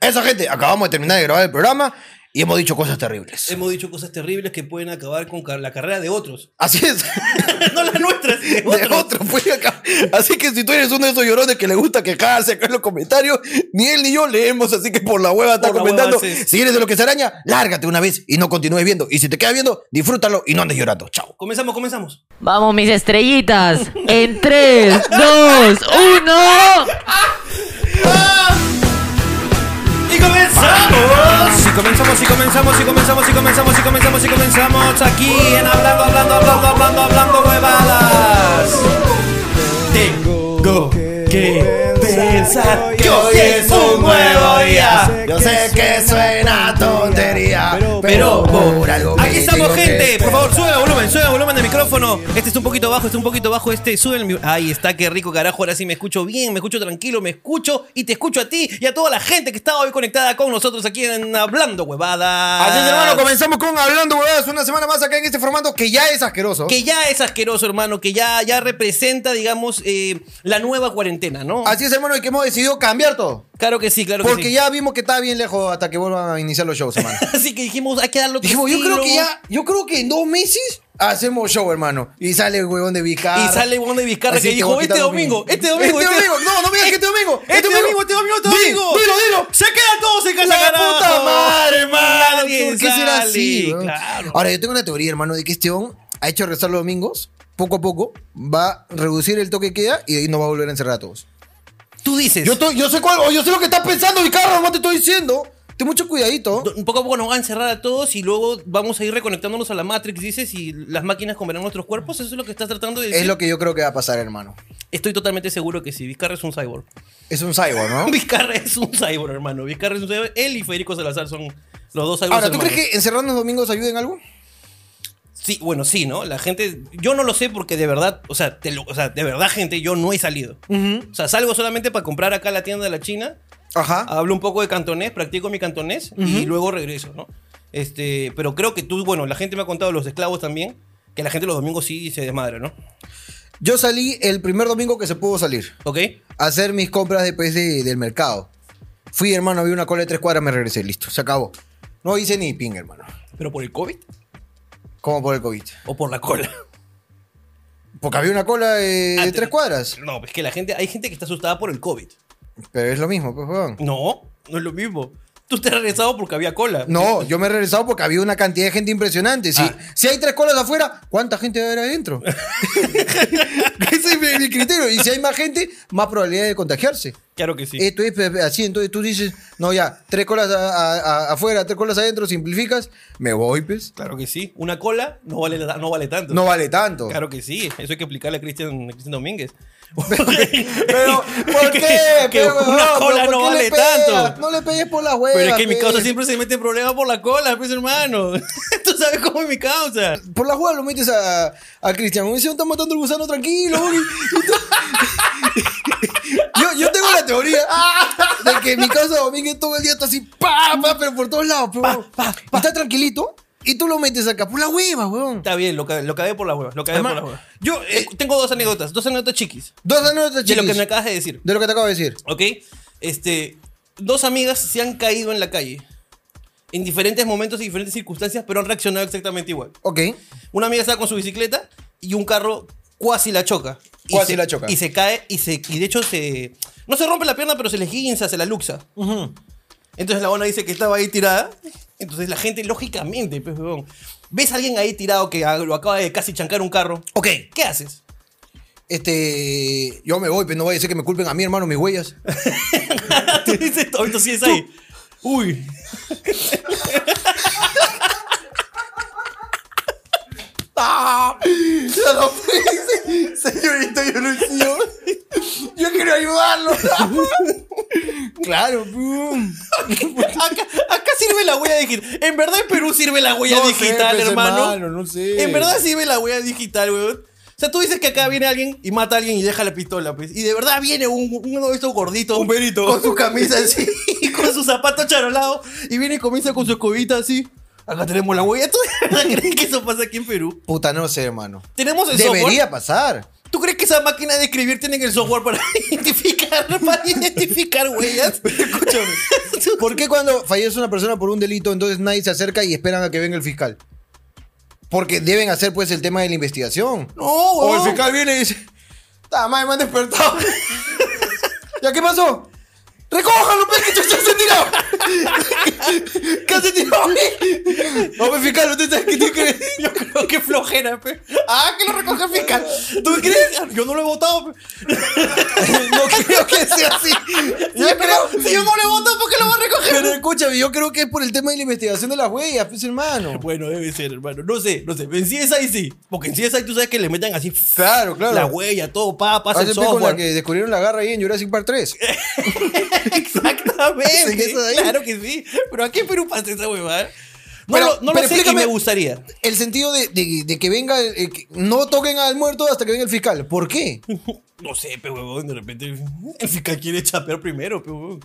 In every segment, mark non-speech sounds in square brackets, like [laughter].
Esa gente, acabamos de terminar de grabar el programa y hemos dicho cosas terribles. Hemos dicho cosas terribles que pueden acabar con car- la carrera de otros. [laughs] Así [laughs] es. no la nuestra, sino de De otros. otro, pues, acá. Así que si tú eres uno de esos llorones que le gusta quejarse acá en los comentarios, ni él ni yo leemos, así que por la hueva está Por la comentando. hueva, sí. Si eres de lo que se araña, lárgate una vez y no continúes viendo. Y si te quedas viendo, disfrútalo y no andes llorando. Chao. Comenzamos, comenzamos. Vamos, mis estrellitas. En 3, 2, 1. Y comenzamos. Y comenzamos, y comenzamos, y comenzamos, y comenzamos, y comenzamos, y comenzamos aquí en hablando, hablando, hablando, hablando, hablando huevadas. Tengo que pensar que hoy es un nuevo día. Yo sé que suena tontería, Pero por algo que aquí estamos tengo que gente, por favor esperar. sube el volumen, sube el volumen del micrófono. Este está un poquito bajo, está un poquito bajo, este sube el mi- Ahí está, qué rico carajo, ahora sí me escucho bien, me escucho tranquilo, me escucho y te escucho a ti y a toda la gente que está hoy conectada con nosotros aquí en Hablando Huevada. Así es, hermano, comenzamos con Hablando Huevadas una semana más acá en este formato que ya es asqueroso. Que ya es asqueroso, hermano, que ya, ya representa, digamos, eh, la nueva cuarentena, ¿no? Así es, hermano, y que hemos decidido cambiar todo. Claro que sí, claro que Porque sí. [laughs] ya vimos que está bien lejos hasta que vuelvan a iniciar los shows, hermano. Así que dijimos, hay que darlo Dijimos, yo creo que ya, yo creo que en dos meses hacemos show, hermano. Y sale el huevón de Vizcarra. Y sale el huevón de Vizcarra que dijo, voy a este quitar domingo, este domingo, Este este- domingo, no, no me digas que este [laughs] domingo. Este domingo, este domingo, este Di, domingo. Dilo, dilo. Se quedan todos en casa, La carajo. puta madre, hermano. Nadie ¿Por qué será sale, así? weón? Claro. Ahora, yo tengo una teoría, hermano, de que este don ha hecho rezar los domingos. Poco a poco va a reducir el toque que queda y de ahí nos va a volver a encerrar a todos. Tú dices, Yo, to- yo sé cuál, o yo sé lo que estás pensando, Vizcarra, no te estoy diciendo. Ten mucho cuidadito. do- poco a poco nos van a encerrar a todos y luego vamos a ir reconectándonos a la Matrix, dices, y las máquinas comerán nuestros cuerpos. Eso es lo que estás tratando de decir. Es lo que yo creo que va a pasar, hermano. Estoy totalmente seguro que sí. Vizcarra es un cyborg. Es un cyborg, ¿no? [laughs] Vizcarra es un cyborg, hermano. Vizcarra es un cyborg. Él y Federico Salazar son los dos cyborgs. Ahora, ¿tú hermanos. crees que encerrarnos domingos ayuda en algo? Sí, bueno, sí, ¿no? La gente. Yo no lo sé porque de verdad, o sea, te lo- o sea de verdad, gente, yo no he salido. O sea, salgo solamente para comprar acá a la tienda de la China. Ajá. hablo un poco de cantonés, practico mi cantonés y luego regreso, ¿no? Este, pero creo que tú, bueno, la gente me ha contado, los esclavos también, que la gente los domingos sí se desmadra, ¿no? Yo salí el primer domingo que se pudo salir ¿Ok? a hacer mis compras después de- del mercado. Fui, hermano, vi una cola de tres cuadras, me regresé, listo, se acabó. No hice ni ping, hermano. ¿Pero por el COVID Como por el COVID. o por la cola? [laughs] Porque había una cola de, de Ah, te- tres cuadras. No, es que la gente, hay gente que está asustada por el COVID. Pero es lo mismo, pues, weón. No, no es lo mismo. Tú te has regresado porque había cola. No, yo me he regresado porque había una cantidad de gente impresionante. Si, Ah. si hay tres colas afuera, ¿cuánta gente va a haber [laughs] adentro? Ese es mi, mi criterio. Y si hay más gente, más probabilidad de contagiarse. Eh, Claro que sí. Esto es pe- pe- así, entonces tú dices, no, ya, tres colas a- a- a- afuera, tres colas adentro, simplificas, me voy, pues. Claro que sí. Una cola no vale, no vale tanto. No vale tanto. Claro que sí, eso hay que explicarle a Cristian a Cristian Domínguez. [laughs] Pero, ¿por qué? [laughs] Que- que Pero, una huevón, cola ¿por no qué le vale pegas? tanto. No le pegues por las huevas. Pero es que mi pe. causa siempre se mete en problemas por la cola, pues hermano. [laughs] Tú sabes cómo es mi causa. Por las huevas lo metes a, a Cristian. Me dice, está matando el gusano tranquilo. güey". Y tú- [laughs] yo, yo tengo la teoría de que mi causa Domínguez todo el día está así, pa, pa, pero por todos lados. pe, huevón. pa, Y Está tranquilito y tú lo metes acá por las huevas, huevón. Está bien, lo, ca- lo cagué por las huevas, lo cagué por Además, las huevas. Yo eh, tengo dos anécdotas, dos anécdotas chiquis. Dos anécdotas, De lo que chiquis. me acabas de decir, De lo que te acabo de decir. ¿ok? Este, dos amigas se han caído en la calle. En diferentes momentos y diferentes circunstancias, pero han reaccionado exactamente igual. Ok. Una amiga estaba con su bicicleta y un carro cuasi la choca. Y Cuasi se- la choca. Y se cae y se y de hecho se no se rompe la pierna, pero se le guinza, se la luxa. Entonces la buena dice que estaba ahí tirada. Entonces la gente lógicamente, pues, huevón, ves a alguien ahí tirado que a- lo acaba de casi chancar un carro. Ok. ¿Qué haces? [laughs] Este. Yo me voy, pero no vaya a ser que me culpen a mí, hermano, mis huellas. Tú dices, ahorita sí es ahí. Uy. Ah, Yo no pude, se- señorito, yo no yo, yo quiero ayudarlo. claro, pum. [laughs] Acá, acá sirve la huella digital. En verdad en Perú sirve la huella No sé, digital, pues, hermano. hermano, no sé. En verdad sirve la huella digital, weón. O sea, tú dices que acá viene alguien y mata a alguien y deja la pistola, pues. Y de verdad viene un, uno de estos gorditos. Un perito. Con su [laughs] camisa así, y con su zapato charolado. Y viene y comienza con su escobita así. Acá tenemos [laughs] la huella. ¿Tú de verdad crees que eso pasa aquí en Perú? Puta, no sé, hermano. Tenemos el software. Debería pasar. ¿Tú crees que esa máquina de escribir tiene el software para [laughs] identificar, para identificar huellas? [laughs] Escúchame. ¿Por qué cuando fallece una persona por un delito, entonces nadie se acerca y esperan a que venga el fiscal? Porque deben hacer pues el tema de la investigación. No, O el huevón. fiscal viene y dice, ¡Ta madre, me han despertado! [laughs] ¿Ya qué pasó? ¡Recójalo, pe! que chucha se [laughs] tiró! ¿Qué [laughs] se tiró ahí? No, pe, fiscal, ¿usted sabe qué tiene que ver? Yo creo que flojera, pe. Ah, que lo recoge el fiscal. ¿Tú crees? Yo no lo he votado, pe. [laughs] No creo que sea así. Yo creo, si yo no le voto, ¿por qué lo va a recoger? Pero escúchame, yo creo que es por el tema de la investigación de las huellas, pues hermano. Bueno, debe ser, hermano. No sé, no sé. En CSI sí. Porque en CSI tú sabes que le meten así f- Claro, claro. la huella, todo, pa, pasa el Hace pico con la software. que descubrieron la garra ahí en Jurassic Park 3. [laughs] Exactamente. Sí, eso de ahí. Claro que sí. Pero aquí en Perú pasa esa huevada. No, Pero- lo, no pero lo sé y explícame- me gustaría. El sentido de, de- de que venga, eh, que no toquen al muerto hasta que venga el fiscal. ¿Por qué? No sé, pero huevón, de repente el fiscal quiere chapear primero, pero huevón.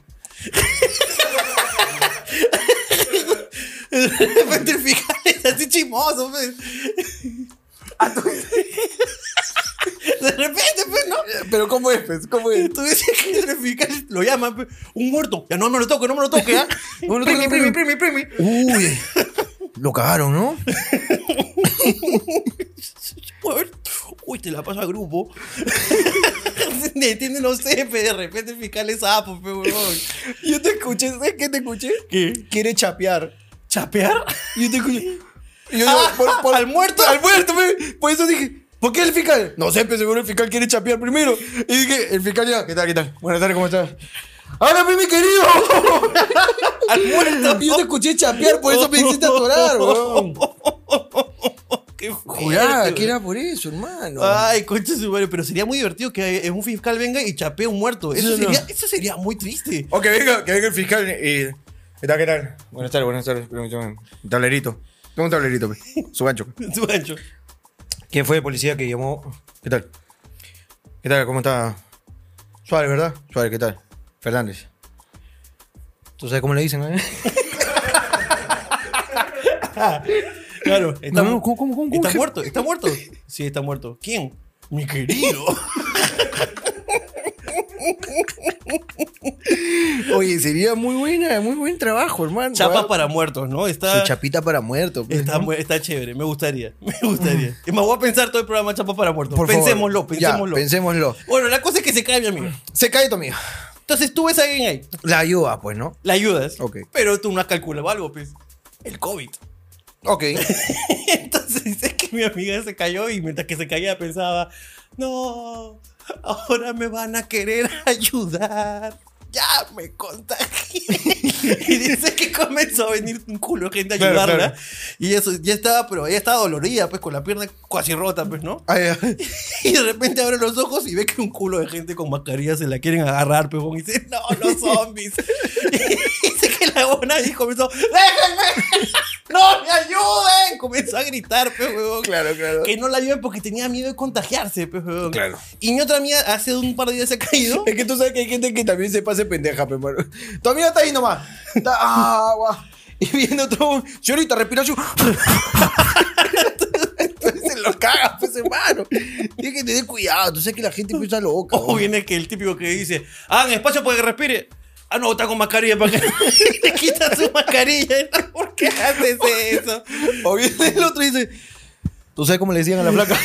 De repente el fiscal es así chimoso, pues. De repente, pues, ¿no? Pero ¿cómo es, pues? ¿Cómo es? Tú dices que el fiscal lo llama, pues, un muerto. Ya no me lo toque, no me lo toque, [laughs] ¿ah? No me lo toque, no Primi, me primi, lo primi, primi. Uy, lo cagaron, ¿no? Huevón, Uy, te la paso a grupo. [laughs] Entiende, no sé, pues, de repente el fiscal es sapo, pues, huevón. Yo te escuché, ¿sabes qué te escuché? ¿Qué? Quiere chapear. ¿Chapear? Yo te escuché. Y yo Ah, por- por- al muerto. Al muerto, pe. Por eso dije, ¿por qué el fiscal? No sé, pero seguro el fiscal quiere chapear primero. Y dije, el fiscal ya, ¿qué tal, qué tal? Buenas tardes, ¿cómo estás? ¡Ahora, mi [laughs] querido! [laughs] Al muerto. Yo te escuché chapear, por eso me hiciste atorar, [laughs] weón. Qué fuerte, Jurá, Ah, güey. que era por eso, hermano. Ay, concha de su madre, pero sería muy divertido que eh, un fiscal venga y chapee a un muerto. Eso, Sí, no. sería, eso sería muy triste. [laughs] O que venga, que venga el fiscal y. ¿Qué tal, qué tal? Buenas tardes, buenas tardes. Permítame. Un Tablerito. Tengo un tablerito, pe. Su gancho. Su ancho. ¿Quién fue de policía que llamó? ¿Qué tal? ¿Qué tal? ¿Cómo está? Suárez, ¿verdad? Suárez, ¿qué tal? Fernández. ¿Tú sabes cómo le dicen, eh? Claro, está, No, ¿cómo, cómo, cómo, está cómo? muerto, está muerto. Sí, está muerto. ¿Quién? Mi querido. [laughs] Oye, sería muy buena, muy buen trabajo, hermano. Chapa para muertos, ¿no? Está, Su chapita para muerto. pues, está, ¿no? mu- está chévere, me gustaría. [laughs] Me [laughs] gustaría. Es más, voy a pensar todo el programa Chapa para muertos. Por favor. pensémoslo, Ya, pensémoslo. pensémoslo. Bueno, la cosa es que se cae, mi amigo. Se cae tu amigo. Entonces tú ves a alguien ahí. La ayuda, pues, ¿no? La ayudas. Ok. Pero tú no has calculado algo, pues. El COVID. [laughs] Ok. [laughs] Entonces dice que mi amiga se cayó y mientras que se caía pensaba, no, ahora me van a querer [laughs] ayudar. Ya me contagié. [laughs] y dice que comenzó a venir un culo de gente a Claro, ayudarla. claro. Y eso, ya estaba, pero ella estaba dolorida, pues con la pierna casi rota, pues, ¿no? Ay, ay. [laughs] Y de repente abre los ojos y ve que un culo de gente con mascarilla se la quieren agarrar, pejón. Y dice, no, [laughs] los zombies. [laughs] y dice que la buena ahí comenzó, déjenme, no me ayuden. Comenzó a gritar, pejón. Claro, claro. Que no la ayuden porque tenía miedo de contagiarse, pejón. Claro. Y mi otra amiga hace un par de días se ha caído. [laughs] Es que tú sabes que hay gente que también se pase pendeja, pe, hermano. Tu amiga está ahí nomás. Está agua. Y viene otro. Señorita, respira yo. Entonces lo cagas, pues, hermano. Tienes que tener cuidado. Tú sabes que la gente empieza loca. [laughs] O viene que el típico que dice, hagan espacio para que respire. Ah, no, está con mascarilla para que [laughs] le quita su mascarilla. [laughs] ¿Por qué haces eso? O viene el otro y dice. ¿Tú sabes cómo le decían a la flaca?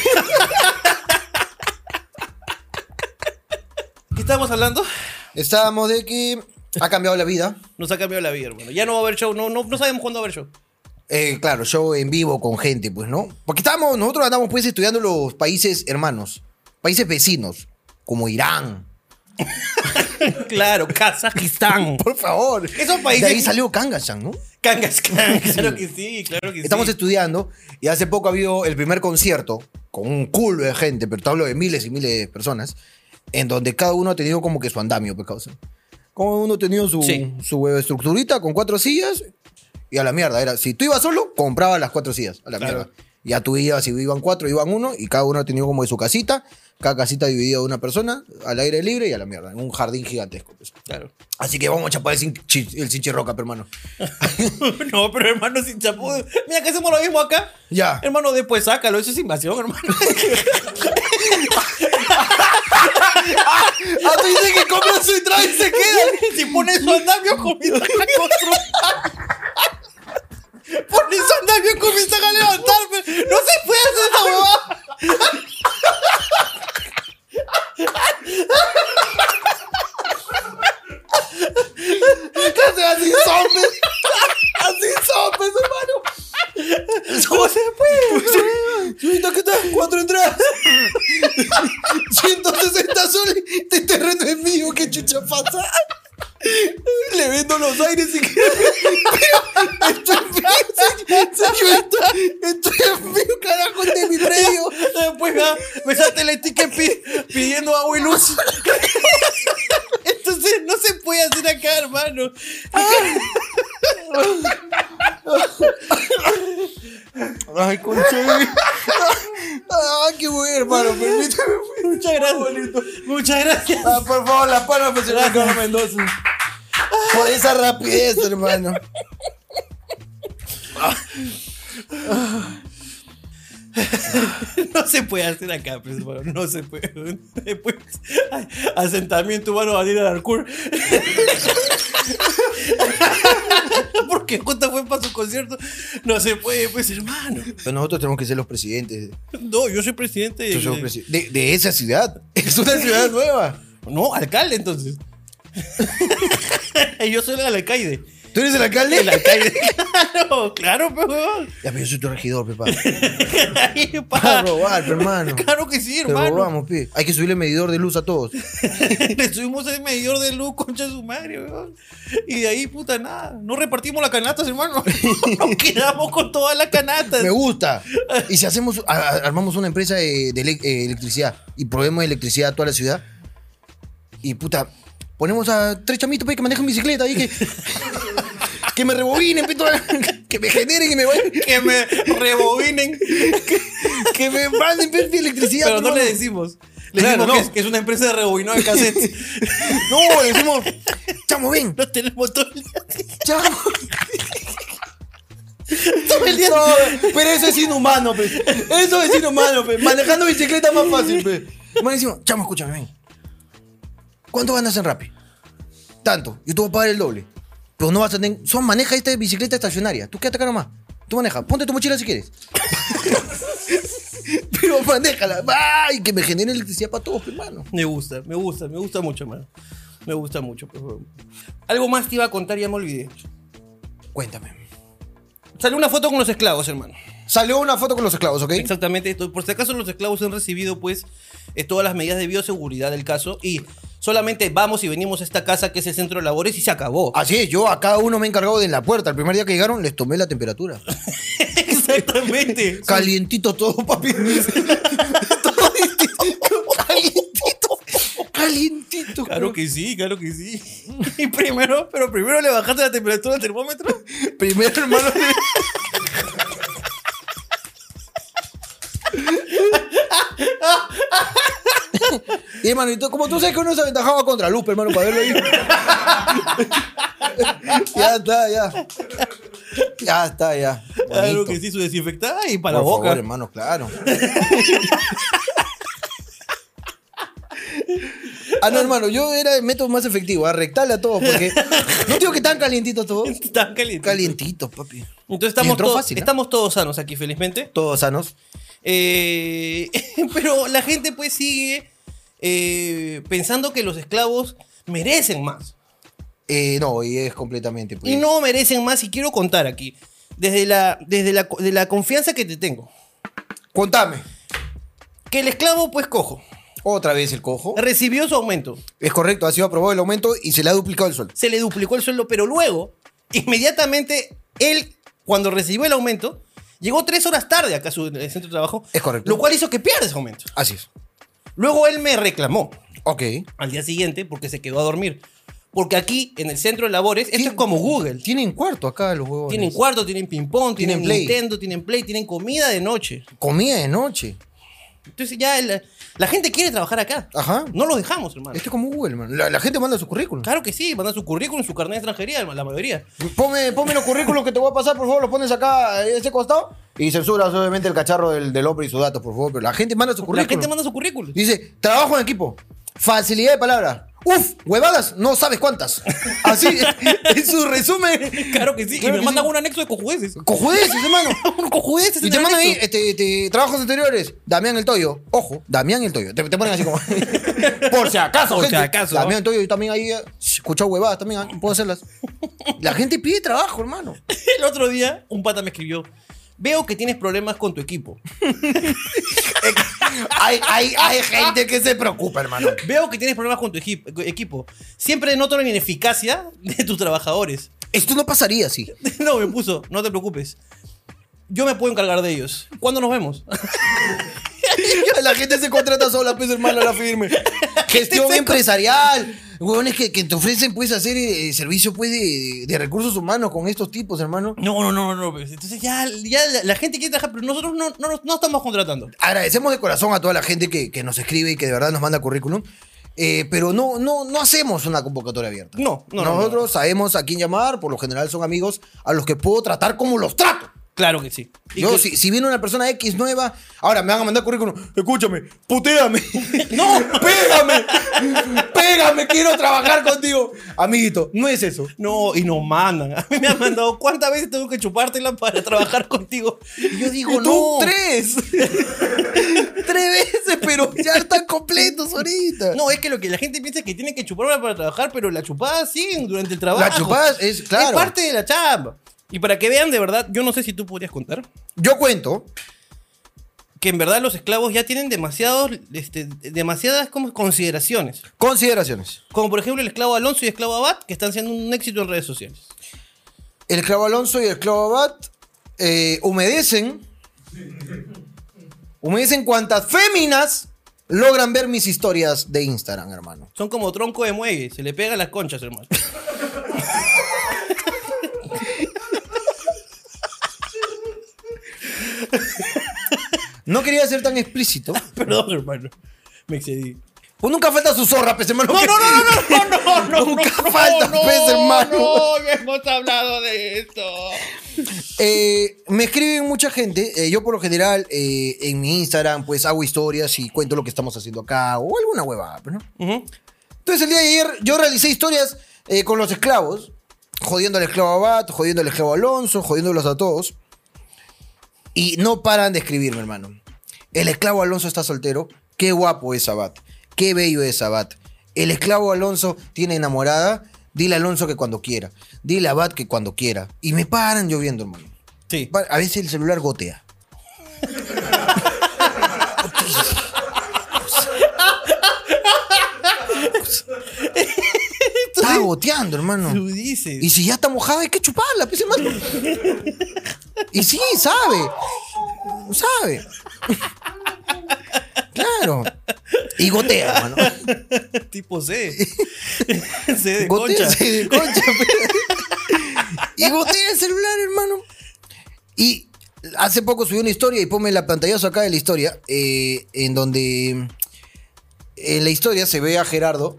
¿Qué estábamos hablando? Estábamos de que ha cambiado la vida. Nos ha cambiado la vida, hermano. Ya no va a haber show, no, no, no sabemos cuándo va a haber show. Eh, claro, show en vivo con gente, pues, ¿no? Porque estábamos, nosotros andamos pues estudiando los países hermanos, países vecinos, como Irán. Claro, Kazajistán. Por favor. Esos países- De ahí salió Kangashan, ¿no? [laughs] Kangaskhan, claro que sí, claro que Estamos sí. estudiando y hace poco ha habido el primer concierto con un culo de gente, pero te hablo de miles y miles de personas, en donde cada uno ha tenido como que su andamio, pues, causa. Cada uno ha tenido su, Sí. su estructurita con cuatro sillas y a la mierda. Era, si tú ibas solo, comprabas las cuatro sillas, a la Claro. mierda. Ya tú ibas, si iban cuatro, iban uno, y cada uno ha tenido como de su casita, cada casita dividida de una persona, al aire libre y a la mierda, en un jardín gigantesco. pues. Claro. [laughs] Así que vamos a chapar el, sin- chi- el sinchirroca, pe, hermano. No, pero hermano, sin chapú. Mira que hacemos lo mismo acá. Ya. [laughs] Hermano, después sácalo, eso es invasión, hermano. Ah, tú dices que compran su entrada y se [laughs] quedan. Si pones su [laughs] andamio, comienzan a construir. Pones su andamio, comienzan a levantarme. No se puede hacer esa huevada. Entonces, así zombies. Así zombies, hermano. Pues, No se puede. Chuito, ¿qué tal? Cuatro [laughs] entradas. 160 soles. Este terreno es mío. ¿Qué chucha pasa? Le vendo los aires y que. Esto es mío, señor. Señor, Esto, esto es mío, carajo, este es mi predio. Después ya me salta el ticket pi- pidiendo agua y luz. [laughs] Entonces no se puede hacer acá, hermano. Ay, concha. Ah, qué bueno, hermano. Permíteme. Muchas gracias. Muchas gracias. Ah, por favor, la palma profesional Carlos Mendoza. Por esa rapidez, hermano. [laughs] No se puede hacer acá, pues, hermano. No se puede. [laughs] Después, ay, asentamiento humano Daniel Alarcur. [laughs] Porque Jota fue para su concierto. No se puede, pues, hermano. Pero nosotros tenemos que ser los presidentes. No, yo soy presidente. de- Yo soy presi- de, de esa ciudad. Es una ciudad nueva. No, alcalde, entonces. [laughs] yo soy el alcalde. ¿Tú eres el alcalde? El alcalde. [laughs] Claro, claro, pero. [laughs] huevón. Ya, pero yo soy tu regidor, pe, pa. Ahí, pa. Para robar, pe, hermano. [laughs] Claro que sí, Te hermano. robamos, pe. Hay que subirle medidor de luz a todos. [laughs] Le subimos el medidor de luz, concha de su madre, weón. Y de ahí, puta, nada. No repartimos las canastas, hermano. [laughs] Nos quedamos con todas las canastas. Me gusta. Y si hacemos, a- a- armamos una empresa de, de ele- eh, electricidad y proveemos electricidad a toda la ciudad. Y puta, ponemos a tres chamitos pe, que manejan bicicleta ahí [laughs] que. que me rebobinen, pe, toda la- que me generen y me vayan- Que me [laughs] rebobinen. Que me manden pe, electricidad. Pero no hermano. le decimos. Le Claro, no. decimos que, es, que es una empresa de rebobinado de cassette. [laughs] No, le decimos. Chamo, ven. Lo tenemos todo el día. Chamo. [laughs] No, pero eso es inhumano, pues. pe. Eso es inhumano, pe. Manejando bicicleta es más fácil, pe. Hermano, decimos, chamo, escúchame, ven. ¿Cuánto ganas en Rappi? Tanto. Yo te voy a pagar el doble. Pero no vas a tener... Son, maneja esta bicicleta estacionaria. Tú quédate acá nomás. Tú maneja. Ponte tu mochila si quieres. [laughs] pero manéjala. Ay, que me genere electricidad para todos, pe, hermano. Me gusta, me gusta, me gusta mucho, hermano. Me gusta mucho, por favor. Algo más te iba a contar, ya me olvidé. Cuéntame. Salió una foto con los esclavos, hermano. Salió una foto con los esclavos, ¿ok? Exactamente esto. Por si acaso los esclavos han recibido pues eh, todas las medidas de bioseguridad del caso y solamente vamos y venimos a esta casa que es el centro de labores y se acabó. Así es, yo a cada uno me he encargado de en la puerta. El primer día que llegaron les tomé la temperatura. [laughs] [laughs] Exactamente. Calientito todo, papi. [laughs] todo distinto. Calientito. Calientito. Claro que sí, claro que sí. [laughs] Y primero, pero primero le bajaste la temperatura [laughs] al termómetro. Primero, hermano. [laughs] Y hermano, y tú- como tú sabes que uno se aventajaba contra Lupe, hermano, para [laughs] verlo ahí. ya está, ya. Ya está, ya. Claro Bonito. que sí, su desinfectada y para Por la boca. favor, [laughs] hermano, claro. Ah, no, hermano, yo era el método más efectivo, a rectal a todos, porque no digo que tan calientitos todos. Tan caliente. Calientitos, papi. Entonces Y estamos entró todos, fácil, ¿eh? estamos todos sanos aquí, felizmente. Todos sanos. Eh, [laughs] pero la gente pues sigue eh, pensando que los esclavos merecen más. Eh, no, y es completamente. pues. Y no merecen más y quiero contar aquí. Desde la, desde la, de la confianza que te tengo. Contame. Que el esclavo, pues cojo, Otra vez el cojo. recibió su aumento. Es correcto, ha sido aprobado el aumento y se le ha duplicado el sueldo. Se le duplicó el sueldo, pero luego, inmediatamente, él, cuando recibió el aumento, llegó tres horas tarde acá a su eh, centro de trabajo. Es correcto. Lo cual hizo que pierda ese aumento. Así es. Luego él me reclamó Ok. al día siguiente porque se quedó a dormir. Porque aquí, en el centro de labores, esto Tien- es como Google. Tienen cuarto acá los huevos. Tienen cuarto, tienen ping-pong, tienen, Tienen Play. Nintendo, tienen Play, tienen comida de noche. Comida de noche. Entonces ya el- la gente quiere trabajar acá. Ajá. No los dejamos, hermano. Esto es como Google, hermano. La, la gente manda su currículum. Claro que sí, mandan su currículum, su carnet de extranjería, la mayoría. Ponme, ponme los currículos que te voy a pasar, por favor, los pones acá, eh, ese costado. Y censuras obviamente el cacharro del, del hombre y sus datos, por favor. Pero la gente manda su La currículum. gente manda su currículum. Dice, trabajo en equipo. Facilidad de palabra. Uf, huevadas, no sabes cuántas. Así, [laughs] en su resumen. Claro que sí. Claro y me que mandan sí. un anexo de cojudeces. Cojudeces, [laughs] hermano. un cojudeces. Y en te el mandan ahí anexo. este, este, trabajos anteriores. Damián el Toyo. Ojo, Damián el Toyo. Te, te ponen así como. [laughs] Por si acaso, Por si gente. acaso. Damián el Toyo. Yo también ahí eh, escucho huevadas también. ah, Puedo hacerlas. La gente pide trabajo, hermano. [laughs] El otro día, un pata me escribió. Veo que tienes problemas con tu equipo. Hay, hay, hay gente que se preocupa, hermano. Veo que tienes problemas con tu eji- equipo. Siempre noto la ineficacia de tus trabajadores. Esto no pasaría así. [laughs] No, me puso, no te preocupes. Yo me puedo encargar de ellos. ¿Cuándo nos vemos? [laughs] [laughs] La gente se contrata sola, pues, hermano, a la [laughs] firme. Gestión se con- empresarial. Huevones que, que te ofrecen, pues, hacer eh, servicio, pues, de, de recursos humanos con estos tipos, hermano. No, no, no, no, no. pues, Entonces ya, ya la, la gente quiere trabajar, pero nosotros no, no, nos- no estamos contratando. Agradecemos de corazón a toda la gente que, que nos escribe y que de verdad nos manda currículum. Eh, pero no, no, no hacemos una convocatoria abierta. No, no, no, Nosotros no. sabemos a quién llamar, por lo general son amigos a los que puedo tratar como los trato. Claro que sí. Y Yo, que- si, si viene una persona X nueva, ahora me van a mandar currículum. Escúchame, puteame. No, pégame. pégame, quiero trabajar contigo. Amiguito, no es eso. [laughs] No, y nos mandan. A mí me han mandado cuántas veces tengo que chupártela para trabajar contigo. Y yo digo, ¿Y no. tú, tres. tres veces, pero ya están completos ahorita. No, es que lo que la gente piensa es que tienen que chuparla para trabajar, pero la chupada siguen durante el trabajo. La chupada es- claro. Es parte de la chamba. Y para que vean de verdad, yo no sé si tú podrías contar Yo cuento que en verdad los esclavos ya tienen demasiados, este, demasiadas como consideraciones. consideraciones. Como por ejemplo el esclavo Alonso y el esclavo Abad, que están siendo un éxito en redes sociales. El esclavo Alonso y el esclavo Abad eh, humedecen. Humedecen cuantas féminas logran ver mis historias de Instagram, hermano. Son como tronco de muelle, se le pegan las conchas, hermano. [laughs] No quería ser tan explícito. Perdón, hermano. Me excedí. Pues nunca falta su zorra, pues, hermano. No, que- no, no, no, no, no, no, no. Nunca no, falta, no, pues, hermano. No, ya hemos hablado de esto. Eh, me escriben mucha gente. eh, yo, por lo general, eh, en mi Instagram, pues hago historias y cuento lo que estamos haciendo acá o alguna huevada, pues, ¿no? Ujú. Entonces, el día de ayer, yo realicé historias eh, con los esclavos, jodiendo al esclavo Abad, jodiendo al esclavo Alonso, jodiéndolos a todos. Y no paran de escribirme, hermano. El esclavo Alonso está soltero. Qué guapo es Abad. Qué bello es Abad. El esclavo Alonso tiene enamorada. Dile a Alonso que cuando quiera. Dile a Abad que cuando quiera. Y me paran lloviendo, hermano. Sí. Pa- A veces el celular gotea. Está goteando, Tú hermano. dices. Y si ya está mojada, hay que chuparla, pues, hermano. Y sí, sabe. Sabe. Claro. Y gotea, hermano. [laughs] Tipo C. C de Gotea, concha. sí, de concha, pero- y gotea el celular, hermano. Y hace poco subí una historia y ponme la pantallazo acá de la historia, eh, en donde en la historia se ve a Gerardo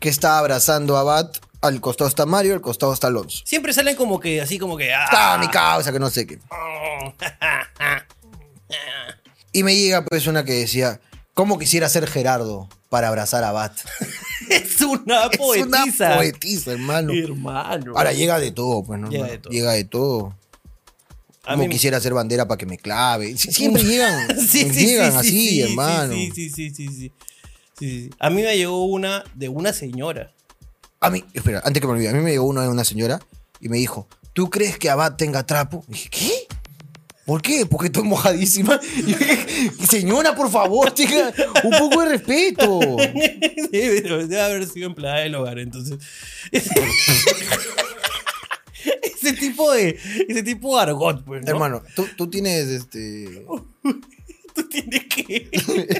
que está abrazando a Abad. Al costado está Mario, al costado está Alonso. Siempre salen como que, así como que. Está Ah, mi causa, que no sé qué. Y me llega pues una que decía, ¿cómo quisiera ser Gerardo para abrazar a [laughs] Abad? [laughs] es una poetisa. Es una poetisa, hermano. Hermano. Ahora llega de todo, pues, ¿no? Llega hermano? de todo. Llega de todo. A Como mí- quisiera hacer bandera para que me clave. Sí, [laughs] Siempre llegan, Sí, sí, llegan sí, así, sí, sí, hermano. Sí, sí, sí, sí, sí. Sí, sí, sí. A mí me llegó una de una señora. [laughs] A mí, espera, antes que me olvide, a mí me llegó una vez una señora y me dijo, ¿tú crees que Abad tenga trapo? Y dije, ¿qué? ¿Por qué? Porque estoy mojadísima. [laughs] Y yo dije, Señora, por favor, chica, un poco de respeto. Sí, pero debe haber sido empleada del hogar, entonces. [laughs] Ese, ese tipo de. Ese tipo de argot, pues. ¿no? [laughs] Hermano, tú, tú tienes este Tú tienes [laughs] que.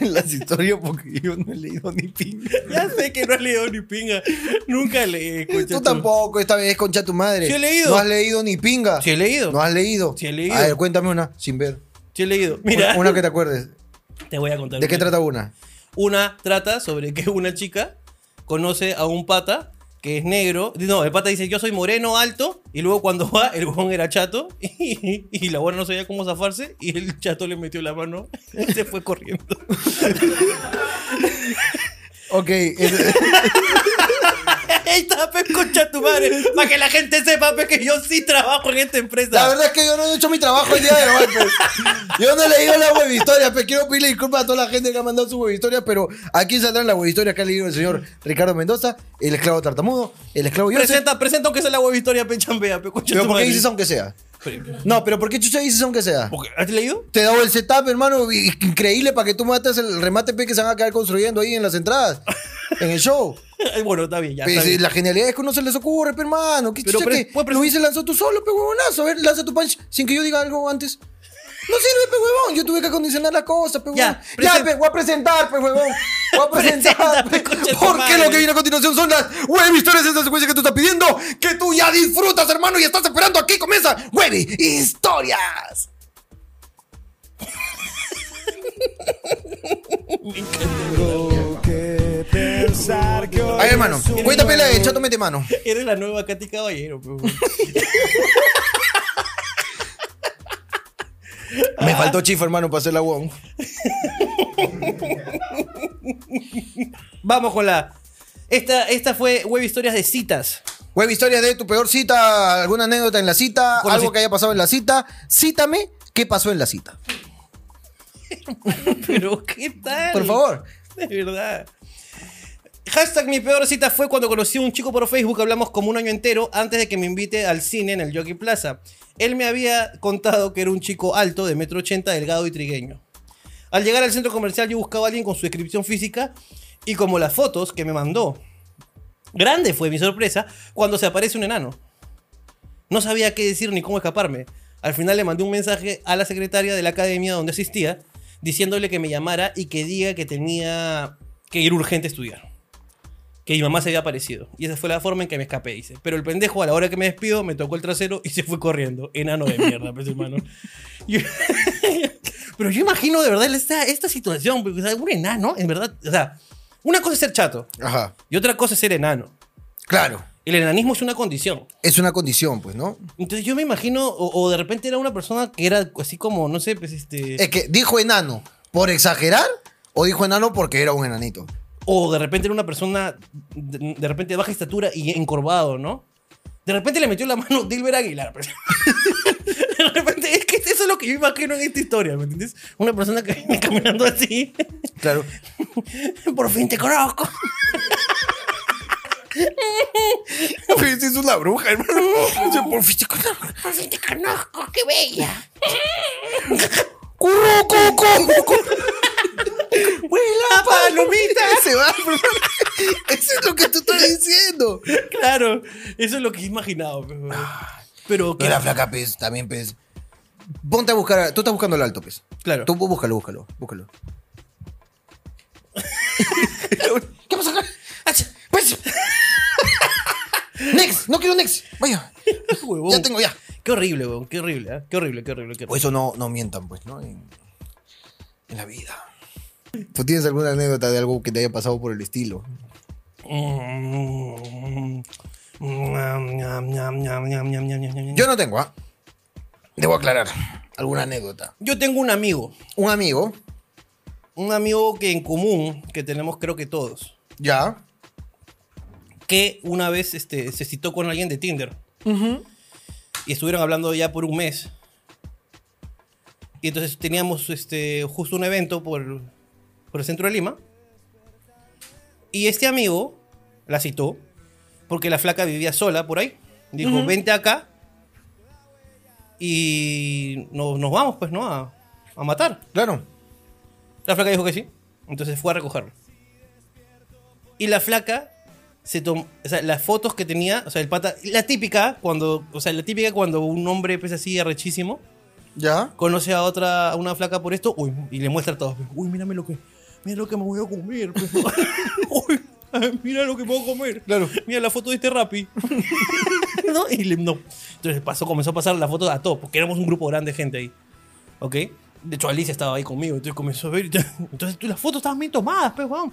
las historias porque yo no he leído ni pinga. [laughs] Ya sé que no has leído ni pinga. Nunca leí. escucha Tú tampoco, esta vez concha tu madre. Sí he leído. No has leído ni pinga. Sí he leído. No has leído. Sí he leído. A ver, cuéntame una, sin ver. Sí he leído. Mira, Una, una que te acuerdes. te voy a contar. ¿De qué una. trata una? Una trata sobre que una chica conoce a un pata que es negro. No, el pata dice yo soy moreno, alto. Y luego cuando va, el huevón era chato. [laughs] Y, y la buena no sabía cómo zafarse. Y el chato le metió la mano y se fue corriendo. Ok. [laughs] es- [laughs] Ahí está, pe, concha tu madre. Para que la gente sepa, pe, que yo sí trabajo en esta empresa. La verdad es que yo no he hecho mi trabajo el día de hoy. pues. Yo no le digo la webhistoria, pero quiero pedirle disculpas a toda la gente que ha mandado su webhistoria, pero aquí saldrán las webhistorias que ha leído el señor Ricardo Mendoza, el esclavo tartamudo, el esclavo yo. Presenta, presenta aunque sea la web historia, pe, chambea, pe, concha Pero tu ¿por qué madre. dices aunque sea? No, pero ¿por qué chucha dices aunque sea? ¿Por qué? ¿Has leído? [laughs] Te he dado el setup, hermano, i- increíble para que tú mates el remate pe, que se van a quedar construyendo ahí en las entradas, en el show. Ay, bueno, está bien, ya. Pues, Está eh, bien. la genialidad es que no se les ocurre, pe, hermano. ¿Qué Pero chucha pre- que pues, lo hubiese lanzado tú solo, pe huevonazo? A ver, lanza tu punch sin que yo diga algo antes. No sirve, pe huevón. Yo tuve que acondicionar la cosa, pe Ya, huevón. Ya, presen- pe, voy a presentar, pe huevón. [laughs] Voy a Presenta, presentar, pe, pe. concha de tu Porque madre. lo que viene a continuación son las web historias, esa secuencia que tú estás pidiendo, que tú ya disfrutas, hermano, y estás esperando. Aquí comienza web historias. Ay, hermano, cuéntame la de Chato Mete Mano. Eres la nueva Katy Caballero, pe. Me faltó chifa, hermano, para hacer la huevón. Vamos con la. Esta, esta fue web historias de citas. Web historias de tu peor cita, alguna anécdota en la cita, Con la algo cita. que haya pasado en la cita. Cítame qué pasó en la cita. Pero, ¿qué tal? Por favor. De verdad. Hashtag mi peor cita fue cuando conocí a un chico por Facebook. Hablamos como un año entero antes de que me invite al cine en el Jockey Plaza. Él me había contado que era un chico alto, de metro ochenta, delgado y trigueño. Al llegar al centro comercial, yo buscaba a alguien con su descripción física y como las fotos que me mandó. Grande fue mi sorpresa cuando se aparece un enano. No sabía qué decir ni cómo escaparme. Al final le mandé un mensaje a la secretaria de la academia donde asistía, diciéndole que me llamara y que diga que tenía que ir urgente a estudiar. Que mi mamá se había aparecido. Y esa fue la forma en que me escapé, dice. Pero el pendejo, a la hora que me despido, me tocó el trasero y se fue corriendo. Enano de mierda, pues, hermano. [laughs] Yo- Pero yo imagino de verdad esta, esta situación. porque, o sea, un enano, en verdad. O sea, una cosa es ser chato Ajá. y otra cosa es ser enano. Claro. El enanismo es una condición. Es una condición, pues, ¿no? Entonces yo me imagino, o, o de repente era una persona que era así como, no sé, pues este... Es que dijo enano por exagerar o dijo enano porque era un enanito. O de repente era una persona de, de repente de baja estatura y encorvado, ¿no? De repente le metió la mano [laughs] Dilber Aguilar. pues. de repente, es que eso es lo que yo imagino en esta historia, ¿me entiendes? Una persona que viene [laughs] caminando así. [laughs] Claro. Por fin te conozco. es una bruja, [laughs] hermano. Por fin te conozco. Por fin te conozco, qué bella. ¡Curru, cu, cu, [laughs] cu! ¡Huela, palomita! Se va, [laughs] hermano. Eso es lo que tú estás diciendo. [laughs] Claro, eso es lo que he imaginado. Pero, pero Pero la flaca, pues, también, pues. Ponte a buscar. Tú estás buscando el alto, pues. Claro. Tú búscalo, búscalo, búscalo. ¿Qué pasó acá? Ach, pues. Next, no quiero Next. Vaya. [laughs] Huevón. Ya tengo, ya. Qué horrible, weón. Qué horrible, ¿eh? Qué horrible, qué horrible, qué Por horrible. eso no, no mientan, pues, ¿no? En, en la vida. ¿Tú tienes alguna anécdota de algo que te haya pasado por el estilo? Mm, ñam, ñam, ñam, ñam, ñam, ñam, ñam, ñam, ñam. Yo no tengo, ¿ah? Debo aclarar. Alguna anécdota. Yo tengo un amigo. Un amigo, Un amigo que en común, que tenemos creo que todos. ya. Que una vez este, se citó con alguien de Tinder. Y estuvieron hablando ya por un mes. Y entonces teníamos este, justo un evento por, por el centro de Lima. Y este amigo la citó porque la flaca vivía sola por ahí. Dijo, vente acá y nos, nos vamos, pues, ¿no? A, a matar. Claro. La flaca dijo que sí. Entonces fue a recogerlo. Y la flaca se tomó. O sea, las fotos que tenía. O sea, el pata. La típica cuando. O sea, la típica cuando un hombre pues así arrechísimo. Ya. Conoce a otra. A una flaca por esto. Uy, y le muestra a todos. pues, Uy, mírame lo que. Mira lo que me voy a comer. pues. [laughs] Uy, ay, mira lo que puedo comer. Claro. Mira la foto de este rapi. [laughs] ¿No? Y le, no. Entonces pasó, comenzó a pasar la foto a todos, porque éramos un grupo grande de gente ahí. ¿Ok? De hecho, Alicia estaba ahí conmigo, entonces comenzó a ver. y [laughs] te- Entonces tú- las fotos estaban bien tomadas, pues, weón.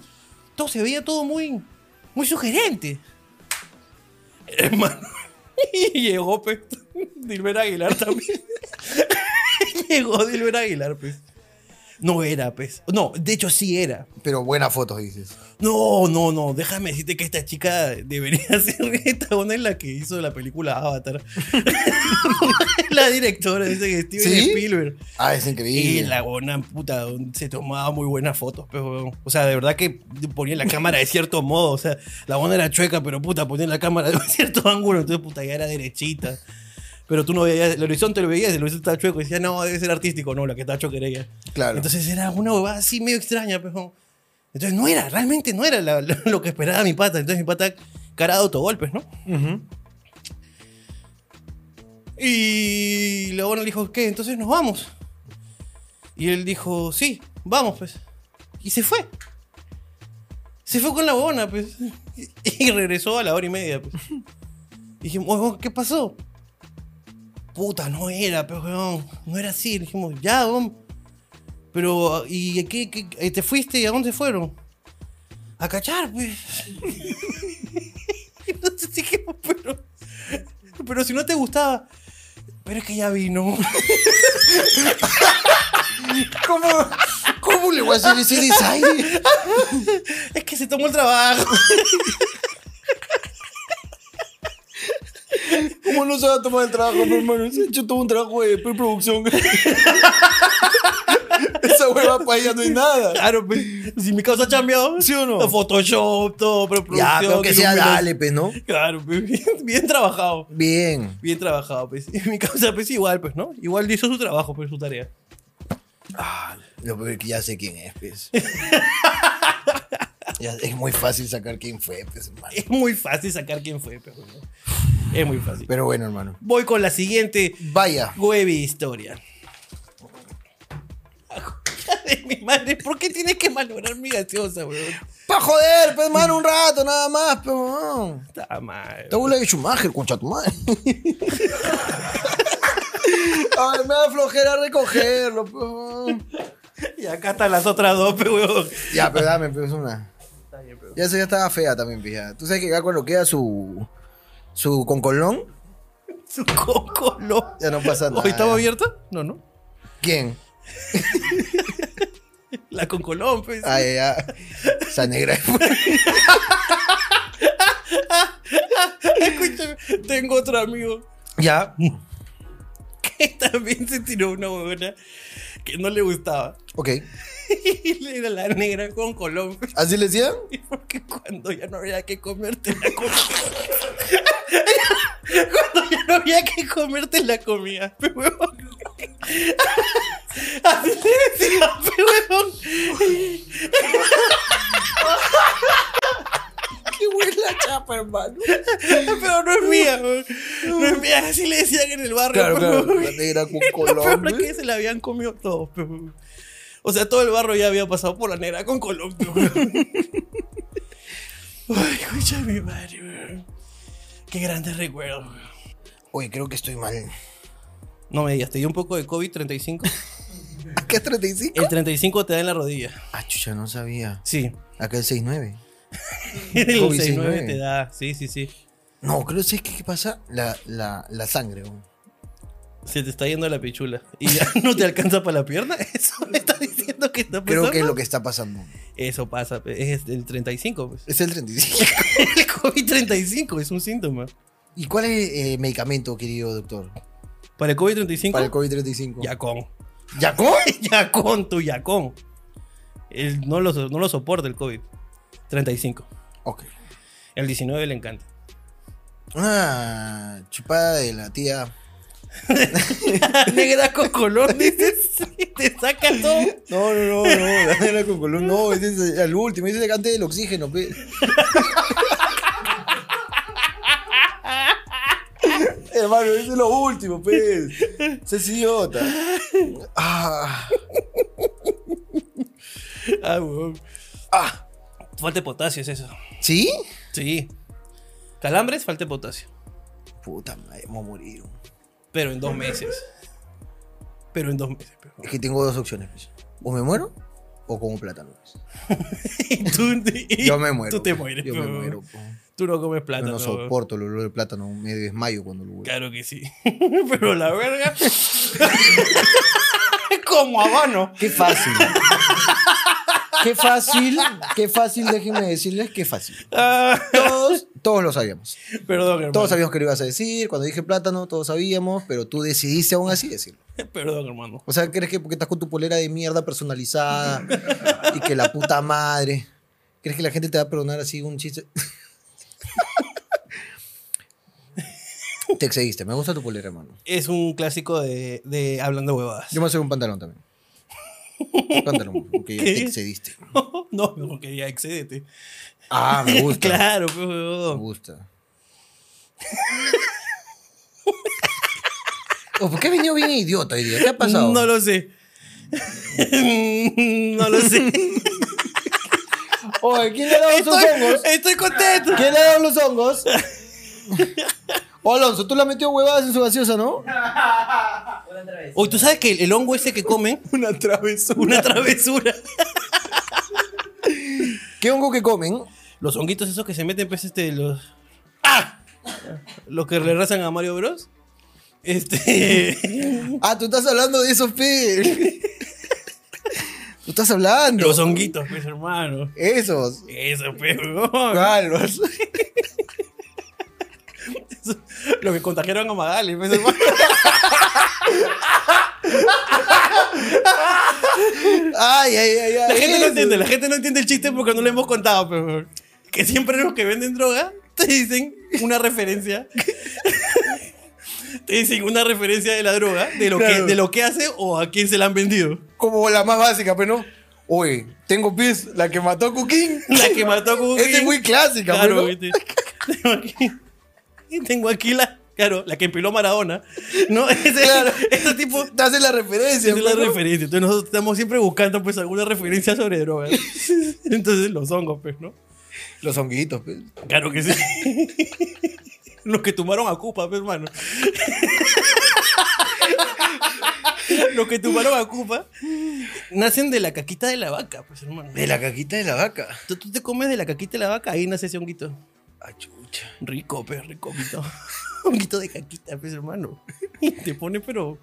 Todo se veía todo muy, muy sugerente. [laughs] Hermano. [laughs] Y llegó, pues, [laughs] Dilber Aguilar también. llegó Dilber Aguilar, pues. No era, pues. No, de hecho sí era. Pero buenas fotos, dices. No, no, no. Déjame decirte que esta chica debería [laughs] ser esta. Una es la que hizo la película Avatar. [laughs] la directora, dice que Steven ¿Sí? Spielberg. Ah, es Y increíble. la buena puta se tomaba muy buenas fotos, pero, o sea, de verdad que ponía la cámara de cierto modo, o sea, la buena era chueca, pero puta, ponía la cámara de [laughs] un cierto ángulo, entonces puta, ya era derechita. Pero tú no veías, el horizonte lo veías, el horizonte estaba chueco, y decías, no, debe ser artístico, no, la que estaba chueca era ella. Claro. Entonces era una huevada así medio extraña, pero. Entonces no era, realmente no era la- [laughs] la- lo que esperaba mi pata, entonces mi pata cara de autogolpes, ¿no? Y la buena le dijo, ¿qué? Entonces nos vamos. Y él dijo, sí, vamos, pues. Y se fue. Se fue con la huevona, pues. [laughs] Y- Y regresó a la hora y media, pues. Y dijimos, "Huevón, ¿qué pasó? Puta, no era, pues, huevón. No era así. Le dijimos, ya, huevón. Pero, ¿y a qué, qué- eh, te fuiste y a dónde fueron? A cachar, pues. [laughs] Y Entonces dijimos, pero. Pero si no te gustaba. Pero es que ya vino. [laughs] ¿Cómo, ¿Cómo le voy a hacer ese desaire? Es que se tomó el trabajo. ¿Cómo no se va a tomar el trabajo, pero, hermano? Se ha hecho todo un trabajo de preproducción. [laughs] Esa hueva para ella no hay nada. Claro, pues, si mi causa ha cambiado. ¿Sí o no? Photoshop, todo, pero Ya, pero que sea dale, pues, ¿no? Claro, pues, bien, bien trabajado. Bien. Bien trabajado, pues. Y mi causa, pues, igual, pues, ¿no? Igual hizo su trabajo, pues, su tarea. Lo peor es que ya sé quién es, [laughs] pues. Ya, es muy fácil sacar quién fue, pues, hermano. Es muy fácil sacar quién fue, pero ¿no? Es muy fácil. Pero bueno, hermano. Voy con la siguiente Vaya. Huevi historia. De mi madre, ¿por qué tienes que malograr mi gaseosa, weón? Pa' joder, pues, hermano, un rato, nada más, pues, man. Está mal. Te habla de Schumacher, concha tu [laughs] madre. Ay, me da flojera recogerlo, pues, man. Y acá están las otras dos, pe, weón. Ya, pero dame, pues, una. Está bien, pe. Ya esa ya estaba fea también, pija. Tú sabes que ya cuando queda su. su concolón, Su coco, lo. ya no pasa nada. [laughs] ¿Hoy estaba abierta? No, no. ¿Quién? La con Colón, pues. Ay, Ah, ya. Esa negra. [laughs] Escúchame, tengo otro amigo ya. que también se tiró una huevona que no le gustaba. [laughs] Ok. Y le era la negra con Colón, pe. ¿Así le decían? Y Porque cuando ya no había que comerte la comida. [laughs] cuando ya no había que comerte la comida, pe huevón. [laughs] Así le decía, pe huevón. Qué buena chapa, hermano. Pero no es mía, huevón. No es mía, así le decían en el barrio. Claro, pe, [laughs] claro. huevón. La negra con Lo peor colón. es que se la habían comido todos, pe, huevón. O sea, todo el barro ya había pasado por la negra con Colón, [laughs] pe, huevón. Ay, escucha mi madre, huevón. Qué grandes recuerdos, huevón. Oye, creo que estoy mal. No me digas, te dio un poco [laughs] de COVID-35. ¿Qué es 35? El 35 te da en la rodilla. Ah, chucha, no sabía. [laughs] Sí. Acá el 69. El COVID-19. 69 te da. Sí, sí, sí. No, creo que qué, qué pasa. La, la, la sangre. weón. Se te está yendo la pichula. ¿Y ya [laughs] no te alcanza para la pierna? [laughs] ¿Eso me estás diciendo que está pasando? Creo que es lo que está pasando. Eso pasa. pe. Es el 35, pues. [laughs] Es el 35. El COVID-35 es un síntoma. [laughs] ¿Y cuál es el medicamento, querido doctor? Para el COVID-35, Para el COVID-35. ya con. ¿Ya cómo? [laughs] Ya con tu ya con. Él no lo, so- no lo soporta el COVID-35. Ok. El 19 le [laughs] encanta. Una chupada de la tía. Negra con [laughs] color, dices. y Te saca todo. No, no, no, no, la negra con colón, no, ese es el último, ese es el cante del oxígeno, pe. [laughs] Hermano, ese es lo último, pe. Ese es idiota. Ah, Ah, weón. ah. Falta de potasio es eso. ¿Sí? Sí. Calambres, falta de potasio. Puta madre, vamos a morir. Pero en dos meses. Pero en dos meses. pero- Es que tengo dos opciones, pe. O me muero o como plátano. pe. [laughs] Y tú, [laughs] y Yo me muero. Tú te pe. mueres. Yo me pero- muero. pe. Tú no comes Yo plátano. no soporto el olor del plátano, me [laughs] desmayo cuando lo huelo. Claro que sí. Pero la verga. como habano. Qué fácil. Qué fácil, qué fácil, déjenme decirles, qué fácil. Ah, Todos, todos lo sabíamos. perdón, hermano. Todos sabíamos que lo ibas a decir. Cuando dije plátano, todos sabíamos, pero tú decidiste aún así decirlo. [laughs] Perdón, hermano. O sea, ¿crees que porque estás con tu polera de mierda personalizada y que la puta madre? ¿Crees que la gente te va a perdonar así un chiste? te excediste. Me gusta tu polera, hermano. Es un clásico de, de hablando huevadas. Yo me voy a hacer un pantalón también. Un pantalón, porque ya ¿Qué? te excediste. [laughs] no, mejor que ya excédete. Ah, me gusta. [laughs] claro, pues, Me huevón. gusta. Oh, ¿Por qué has venido bien idiota hoy día? ¿Qué ha pasado? No lo sé. [laughs] no [laughs] lo sé. Oye, ¿quién le ha dado sus estoy, hongos? estoy contento. ¿Quién le ha dado los hongos? [laughs] Oh, Alonso, tú le has metido huevadas en su gaseosa, ¿no? Oye, ¿tú sabes que el, el hongo ese [laughs] que comen? Una travesura. Una travesura. [laughs] ¿Qué hongo que comen? Los honguitos esos que se meten, pues, este, los... ¡Ah! Los que le rezan a Mario Bros. [laughs] Este... [laughs] Ah, tú estás hablando de esos pe. [laughs] Tú estás hablando. los honguitos, pues, hermano. Esos. Eso, pues, Ah, huevón. Carlos. Los que contagiaron a Magali, pues, hermano. Ay, ay, ay, ay. La gente no esos. entiende, la gente no entiende el chiste porque no le hemos contado, pero que siempre los que venden droga te dicen una referencia. Te dicen una referencia de la droga, de lo, que, Claro. de lo que hace o a quién se la han vendido. Como la más básica, pero no. Oye, tengo pies, la que mató a Cuquín. La que mató a Kukin. Esta Este es muy clásica, pues, pero- Claro, viste. Tengo aquí, y tengo aquí la, claro, la que empiló Maradona. No, [laughs] ese, Claro. ese tipo Te hace la referencia. pues, Esa es la pero- referencia. Entonces nosotros estamos siempre buscando pues alguna referencia [laughs] sobre drogas. Entonces los hongos, pues, ¿no? Los honguitos, pues. pe. Claro que sí. [laughs] Los que tomaron a Cupa, [laughs] pues, hermano. Los que tomaron a Cupa nacen de la caquita de la vaca, pues, hermano. De la caquita de la vaca. Tú, tú te comes de la caquita de la vaca, ahí nace ese honguito. Ah, chucha. Rico, pues, rico honguito. [laughs] honguito de caquita, pues, hermano. Y te pone, pero...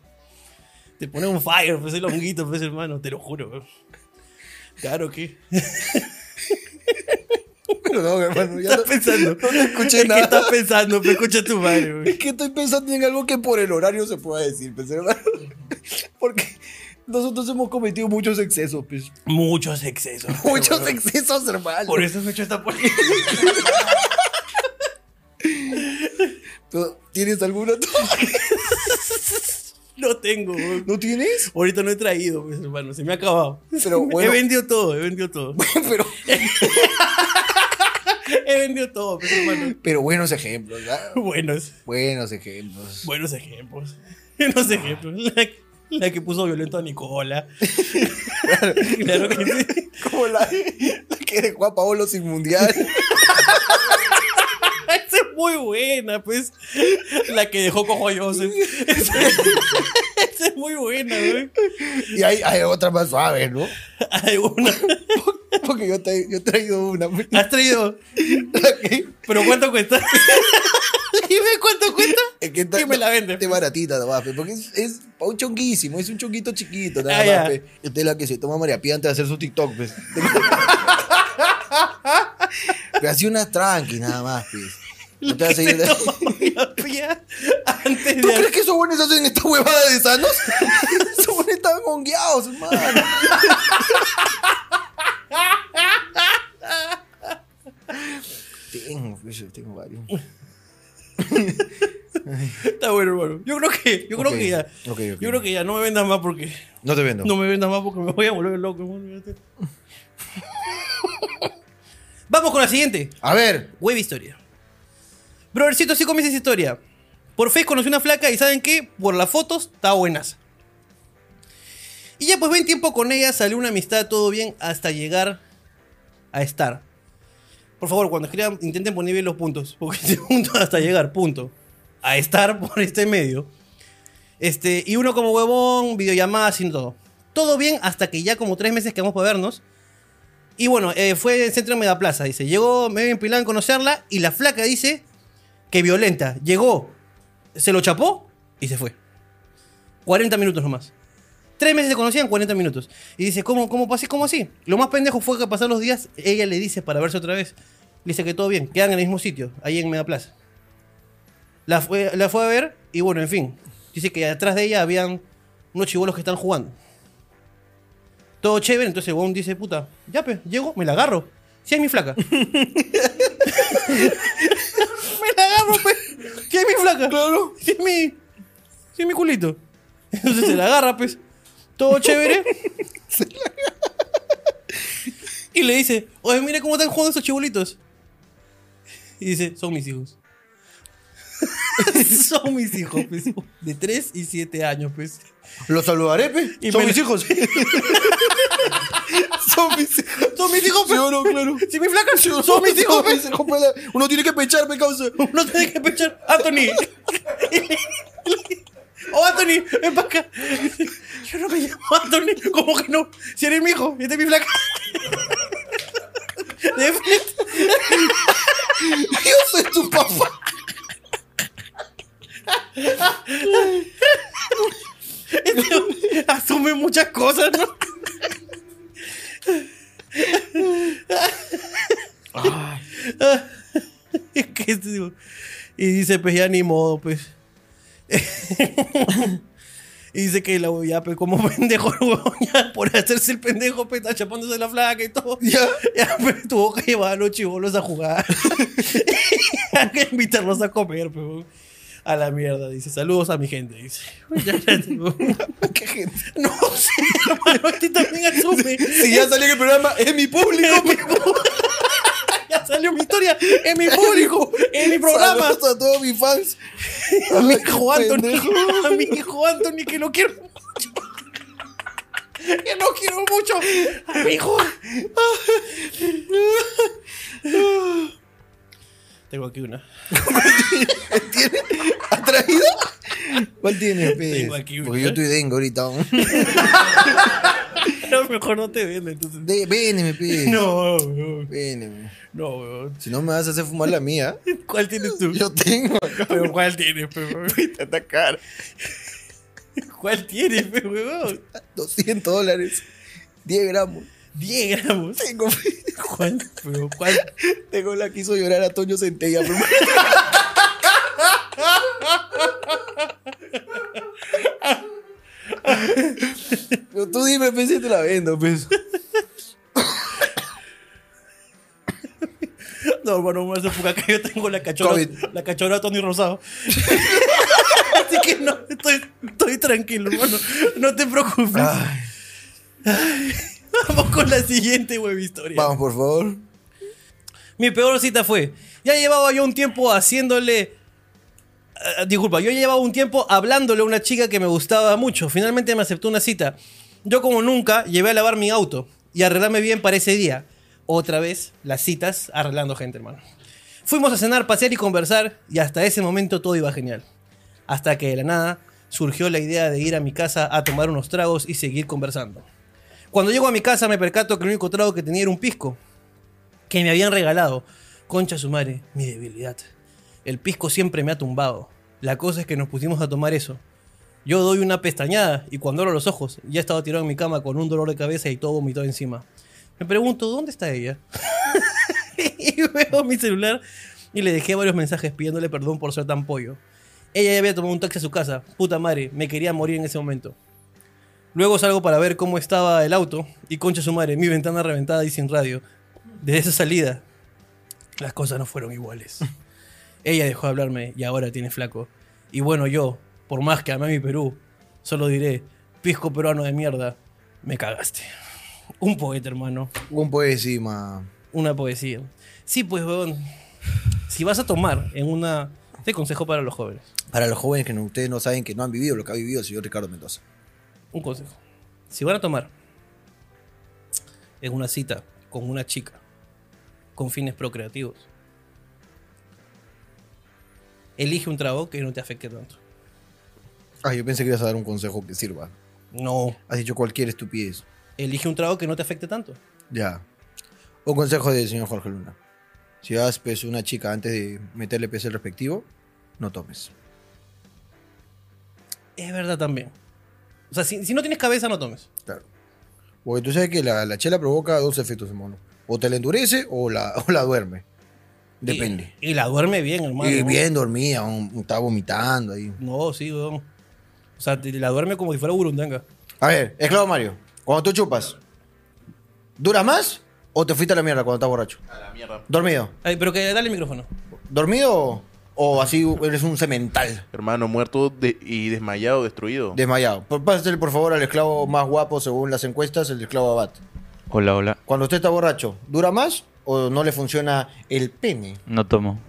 Te pone un fire, pues, el honguito, pues, hermano. Te lo juro, pues. Claro que... Perdón, hermano. Ya no, Estás pensando. [laughs] no te escuché Es que nada. estás pensando, pues, escucha tu madre, güey. Es que estoy pensando en algo que por el horario se pueda decir, pues, [laughs] hermano. Porque nosotros hemos cometido muchos excesos, pues. Muchos excesos. [laughs] Muchos excesos, hermano. Por eso me hecho esta por [laughs] ¿Tú ¿Tienes alguna? [laughs] tú? No tengo, güey. ¿No tienes? Ahorita no he traído, pues, hermano. Se me ha acabado. [laughs] Pero bueno. He vendido todo, he vendido todo. [laughs] [laughs] Pero, He vendido todo, pues, hermano. pero buenos ejemplos, ¿verdad? Buenos, Buenos ejemplos. buenos ejemplos. [laughs] Buenos ejemplos. La, la que puso violento a Nicola. [laughs] Claro que sí. [laughs] [laughs] Como la, la que dejó a Paolo sin mundial. Esa es muy buena, pues. La que dejó cojo a Joseph. [laughs] Esa esa es muy buena, güey. [laughs] Y hay, hay otra más suave, [laughs] ¿no? Hay una. Porque yo, te, yo he traído una. [laughs] ¿Has traído? la que- ¿Pero cuánto [laughs] cuesta? Dime cuánto cuesta. Es que está- ¿Quién me la vende? Está baratita nomás, pe, porque es, es pa' un chonguísimo, es un chonguito chiquito nada Ah, ya. más, pe. Esta es la que se toma María Pía antes de hacer su TikTok, [laughs] pues. Pero así una tranqui nada más, [laughs] pues. No te vas a ir de- Toma la pía [laughs] antes ¿Tú de. crees que esos buenos hacen esta huevada de sanos? [laughs] esos buenos estaban hongueados, hermano. [laughs] tengo, pues, yo tengo varios. Está bueno, hermano. Yo creo que, yo creo Ok, que ya. ok, ok. Yo creo que ya. No me vendas más porque. No te vendo. No me vendas más porque me voy a volver loco, hermano. [laughs] Vamos con la siguiente. A ver, Web historia. Brodercito, así comienza esa historia. Por Face conocí una flaca y ¿saben qué? Por las fotos, está buenas. Y ya pues buen tiempo con ella, salió una amistad, todo bien, hasta llegar a estar. Por favor, cuando escriban, intenten poner bien los puntos. Porque [laughs] este punto hasta llegar, punto. A estar por este medio. Este, y uno como huevón, videollamadas sin todo. Todo bien hasta que ya como tres meses que vamos para vernos. Y bueno, eh, fue en Centro Mega Plaza, dice. Llegó medio empilado en conocerla y la flaca dice que violenta. Llegó, se lo chapó y se fue. 40 minutos nomás. Tres meses se conocían, 40 minutos. Y dice, ¿cómo, cómo pasé? ¿Cómo así? Lo más pendejo fue que pasaron los días, ella le dice para verse otra vez. Le dice que todo bien, quedan en el mismo sitio, ahí en Mega Plaza. La fue, la fue a ver y bueno, en fin. Dice que atrás de ella habían unos chibolos que están jugando. Todo chévere, entonces el huevón dice, puta, ya pues, llego, me la agarro. Si es mi flaca. me la agarro, pues. Si es mi flaca. Claro. Si es mi. Si es mi culito. Entonces se la agarra, pues. Todo chévere. y le dice, oye, mire cómo están jugando esos chibolitos. Y dice, son mis hijos. [laughs] son mis hijos, pues. De 3 y 7 años, pues. Los saludaré, pe. Y Son me- mis [laughs] hijos. Son mis hijos. Son mis hijos, Sí, pues. o no, claro. Si mi flaca, son mis hijos, pues. pe. Uno tiene que pecharme, causa. No tiene que pechar. Anthony. Oh, Anthony, ven para acá. Yo no me llamo Anthony. ¿Cómo que no? Si eres mi hijo, este es mi flaca. De frente. [laughs] Yo soy tu papá. Este [laughs] asume muchas cosas, ¿no? Es que este, digo, y dice, pues ya ni modo, pues. y dice que la ya, pues como pendejo, [laughs] el huevón, ya, por hacerse el pendejo, pues está chapándose la flaca y todo. [laughs] Ya. Ya, pues tuvo que llevar a los chivolos a jugar. [laughs] Hay que invitarlos a comer, pues. huevón. A la mierda, dice. Saludos a mi gente, dice. Ya, ya, huevón. Qué gente. [laughs] No sé, hermano, este también asume. Si ya salió en el programa, es mi público. [laughs] pe. [laughs] Ya salió mi historia en mi público, en mi programa. Saludos a todos mis [laughs] fans. A mi hijo Anthony. Pendejo. A mi hijo Anthony, que lo quiero mucho. Que lo quiero mucho. A mi hijo. Tengo aquí una. ¿Atraído? ¿Cuál tiene, pe? Tengo aquí una. Porque yo estoy dengo ahorita. aún. A lo mejor no te vende, [laughs] entonces. De, véneme, pe. No, weón. Véneme. No, weón. Si no me vas a hacer fumar la mía, ¿Cuál tienes tú? yo tengo. Pero ¿cuál tienes, pe, weón? atacar. ¿Cuál tienes, pe, weón? 200 dólares. 10 gramos. 10 gramos. Tengo, pe. ¿Cuál? Pero, ¿cuál? Tengo la quiso llorar a Toño Centella. pero- Pero tú dime, pues, si te la vendo, pues. No, hermano, más de fuga que yo tengo la cachorra. COVID. La cachorra Tony [laughs] Rosado. Así que no, estoy, estoy tranquilo, hermano. No te preocupes. Ay, Vamos con la siguiente web historia. vamos, por favor. Mi peor cita fue. Ya llevaba yo un tiempo haciéndole. eh, disculpa, yo ya llevaba un tiempo hablándole a una chica que me gustaba mucho. Finalmente me aceptó una cita. Yo, como nunca, llevé a lavar mi auto y arreglarme bien para ese día. Otra vez, las citas arreglando gente, hermano. Fuimos a cenar, pasear y conversar, y hasta ese momento todo iba genial. Hasta que de la nada surgió la idea de ir a mi casa a tomar unos tragos y seguir conversando. Cuando llego a mi casa me percato que el único trago que tenía era un pisco, que me habían regalado. Concha su madre, mi debilidad. El pisco siempre me ha tumbado. La cosa es que nos pusimos a tomar eso. Yo doy una pestañada y cuando abro los ojos ya estaba tirado en mi cama con un dolor de cabeza y todo vomitado encima. Me pregunto, ¿dónde está ella? [laughs] y veo mi celular y le dejé varios mensajes pidiéndole perdón por ser tan pollo. Ella ya había tomado un taxi a su casa. Puta madre, me quería morir en ese momento. Luego salgo para ver cómo estaba el auto y concha su madre, mi ventana reventada y sin radio. Desde esa salida, las cosas no fueron iguales. Ella dejó de hablarme y ahora tiene flaco. Y bueno, yo, por más que amé mi Perú, solo diré, pisco peruano de mierda, me cagaste. Un poeta, hermano. Un poesima. Una poesía. Sí, pues, weón. Si vas a tomar en una... Te consejo para los jóvenes. Para los jóvenes que no- ustedes no saben que no han vivido lo que ha vivido el señor Ricardo Mendoza. Un consejo. Si van a tomar en una cita con una chica con fines procreativos, elige un trago que no te afecte tanto. Ah, yo pensé que ibas a dar un consejo que sirva. No. Has dicho cualquier estupidez. Elige un trago que no te afecte tanto. Ya. Un consejo del señor Jorge Luna. Si vas pues una chica antes de meterle peso el respectivo, no tomes. Es verdad también. O sea, si, si no tienes cabeza, no tomes. Claro. Porque tú sabes que la, la chela provoca dos efectos, hermano. O te la endurece o la, [laughs] o la duerme. Depende. Y, y la duerme bien, Y, hermano. bien dormida, un- un- está vomitando ahí. No, sí, weón. O sea, te- la duerme como si fuera burundanga. A ver, esclavo Mario, cuando tú chupas, ¿duras más o te fuiste a la mierda cuando estás borracho? A la mierda. ¿Dormido? Ay, pero que dale el micrófono. ¿Dormido o, o así eres un cemental? Hermano, muerto de- y desmayado, destruido. Desmayado. Por- Pásale por favor al esclavo más guapo según las encuestas, el esclavo Abad. Hola, hola. Cuando usted está borracho, ¿dura más o no le funciona el pene? No tomo.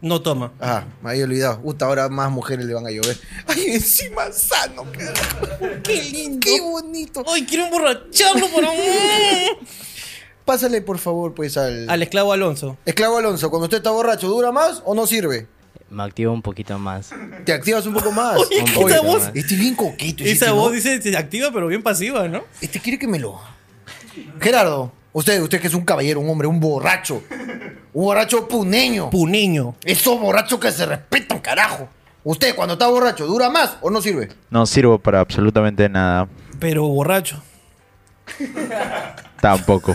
No toma. Ah, me había olvidado. Justo ahora más mujeres le van a llover. [laughs] Ay, encima sano, carajo. [laughs] ¡Qué lindo! Qué bonito. ¡Ay, quiero emborracharlo por amor! [laughs] Pásale por favor pues al... Al esclavo Alonso. Esclavo Alonso, cuando usted está borracho, ¿dura más o no sirve? Me activo un poquito más. Te activas un poco más. [laughs] Oye, ¿qué esa voz? Este bien coquito. este, Esa ¿no? voz dice, se activa, pero bien pasiva, ¿no? Este quiere que me lo... Gerardo, usted, usted que es un caballero, un hombre, un borracho. Un borracho puneño. Puneño. Esos borrachos que se respetan, carajo. Usted, cuando está borracho, ¿dura más o no sirve? No sirvo para absolutamente nada. Pero borracho. [laughs] Tampoco.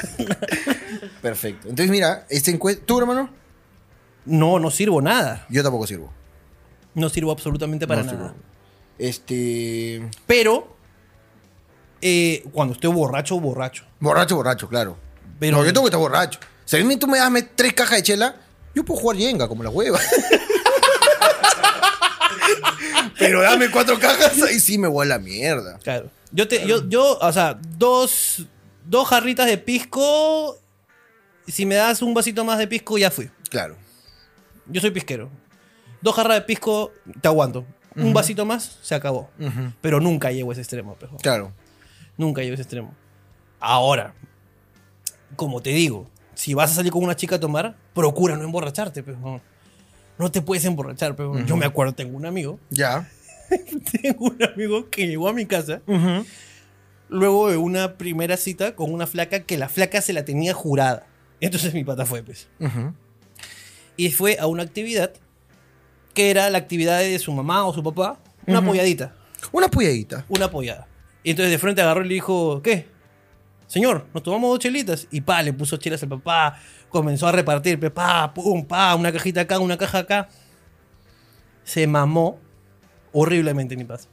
Perfecto. Entonces, mira, este encuesta... ¿Tú, hermano? No, no sirvo nada. Yo tampoco sirvo. No sirvo absolutamente para No nada. sirvo. Este... Pero, eh, cuando estoy borracho, borracho. Borracho, borracho, claro. Pero Pero- no, yo tengo que estar borracho. Si a mí tú me das me- tres cajas de chela, yo puedo jugar yenga como las huevas. [laughs] Pero dame cuatro cajas, ahí sí me voy a la mierda. Claro. Yo, te, yo, yo, o sea, dos, dos jarritas de pisco. Si me das un vasito más de pisco, ya fui. Claro. Yo soy pisquero. Dos jarras de pisco, te aguanto. Un vasito más, se acabó. Pero nunca llego a ese extremo, pejo. Claro. Nunca llevo ese extremo. Ahora, como te digo, si vas a salir con una chica a tomar, procura no emborracharte, pero no, no te puedes emborrachar, pero yo me acuerdo, tengo un amigo, [laughs] Ya. tengo un amigo que llegó a mi casa luego de una primera cita con una flaca que la flaca se la tenía jurada. Entonces mi pata fue, pues. Y fue a una actividad que era la actividad de su mamá o su papá, una apoyadita Una puyadita. una apoyada. Y entonces de frente agarró y le dijo, ¿qué? Señor, nos tomamos dos chelitas. Y pa, le puso chelas al papá, comenzó a repartir, pe, pa, pum, pa, una cajita acá, una caja acá. Se mamó horriblemente mi paz.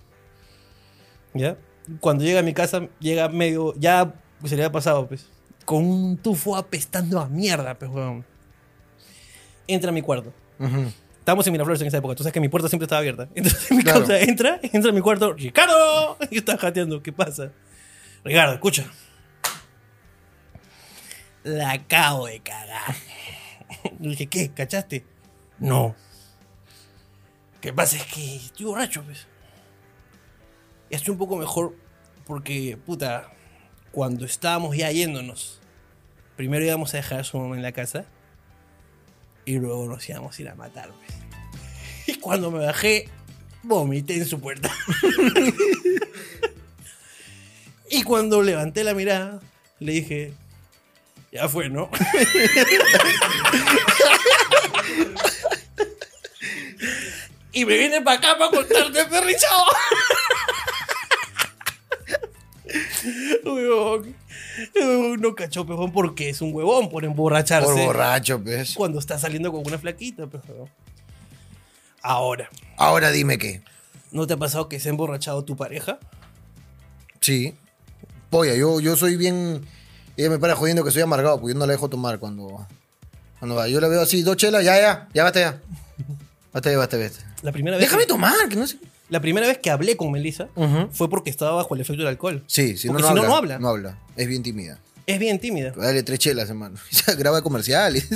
¿Ya? Cuando llega a mi casa, llega medio, ya se le había pasado, pues, con un tufo apestando a mierda, pues, weón. Entra a mi cuarto. Estábamos en Miraflores en esa época, entonces que mi puerta siempre estaba abierta. [laughs] Entonces mi Claro. causa entra, entra a mi cuarto, Ricardo, [laughs] y está jateando, ¿qué pasa? Ricardo, escucha. La acabo de cagar. [laughs] Le dije, ¿qué? ¿Cachaste? No. ¿Qué pasa? Es que estoy borracho, pues. Y estoy un poco mejor porque, puta, cuando estábamos ya yéndonos, primero íbamos a dejar a su mamá en la casa y luego nos íbamos a ir a matar, pues. Y cuando me bajé, vomité en su puerta. [laughs] y cuando levanté la mirada, le dije, ya fue, ¿no? [laughs] y me viene para acá para contarte, perrichao. [laughs] Huevón. Huevón, No cachó, pejón, porque es un huevón por emborracharse Por borracho, pues. cuando está saliendo con una flaquita. pues, weón. Ahora, Ahora dime qué. ¿no te ha pasado que se ha emborrachado tu pareja? Sí. Polla, yo, yo soy bien. Ella me para jodiendo que soy amargado, porque yo no la dejo tomar cuando. Cuando va. Yo la veo así, dos chelas, ya, ya, ya basta ya. Basta ya, basta, basta. La primera vez, Déjame que, tomar, que no sé. la primera vez que hablé con Melissa fue porque estaba bajo el efecto del alcohol. Sí, si no, Porque no, si habla, no, no habla. No habla. Es bien tímida. Es bien tímida. Dale tres chelas, hermano. [laughs] Ya graba [laughs] comerciales.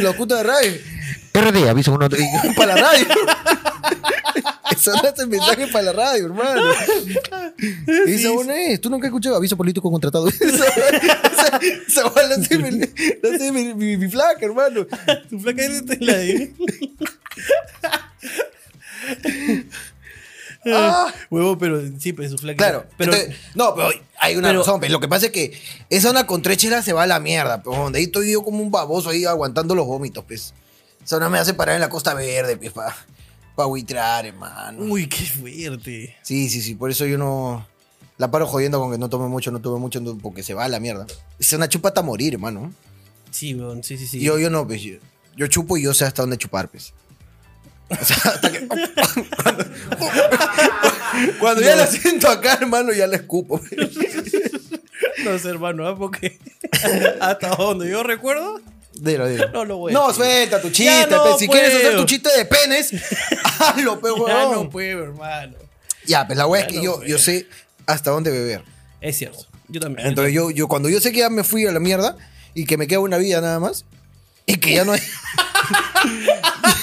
Locuta de radio. PRD, aviso uno. [laughs] Para la radio. Eso no hace mensaje para la radio, hermano. Y esa buena es. Tú nunca has escuchado aviso político contratado. [laughs] Esa- Esa esa buena la hace mi- la hace mi- mi mi flaca, hermano. [laughs] Tu flaca es de la de- [laughs] Ah. Huevo, pero sí, pues su flaca. Claro, pero entonces, no, pero hay una pero- razón. pues, Lo que pasa es que esa zona con tres chelas se va a la mierda. Pues, donde ahí estoy yo como un baboso ahí aguantando los vómitos, pues. Esa zona me hace parar en la Costa Verde, pues, para Para buitrar, hermano. Uy, qué fuerte. Sí, sí, sí, por eso yo no. La paro jodiendo con que no tome mucho, no tome mucho, no- porque se va a la mierda. Es una chupa hasta morir, hermano. Sí, weón, sí, sí, sí. Yo, yo no, pues. Yo, yo chupo y yo sé hasta dónde chupar, pues. O sea, hasta que. [laughs] Cuando ya la siento acá, hermano, ya la escupo. pues. No sé, hermano, ¿ah? porque [laughs] hasta donde yo recuerdo, Dilo, dilo. No lo voy a No, decir. suelta tu chiste. Ya no pues. Si quieres puedo. hacer tu chiste de [laughs] penes, hazlo, pues, ya huevón. no puedo, hermano. Ya, pues la wea es que no yo, yo puedo. sé hasta dónde beber. Es cierto. Yo también. Entonces yo, yo cuando yo sé que ya me fui a la mierda y que me queda una vida nada más y que ya no [laughs] hay...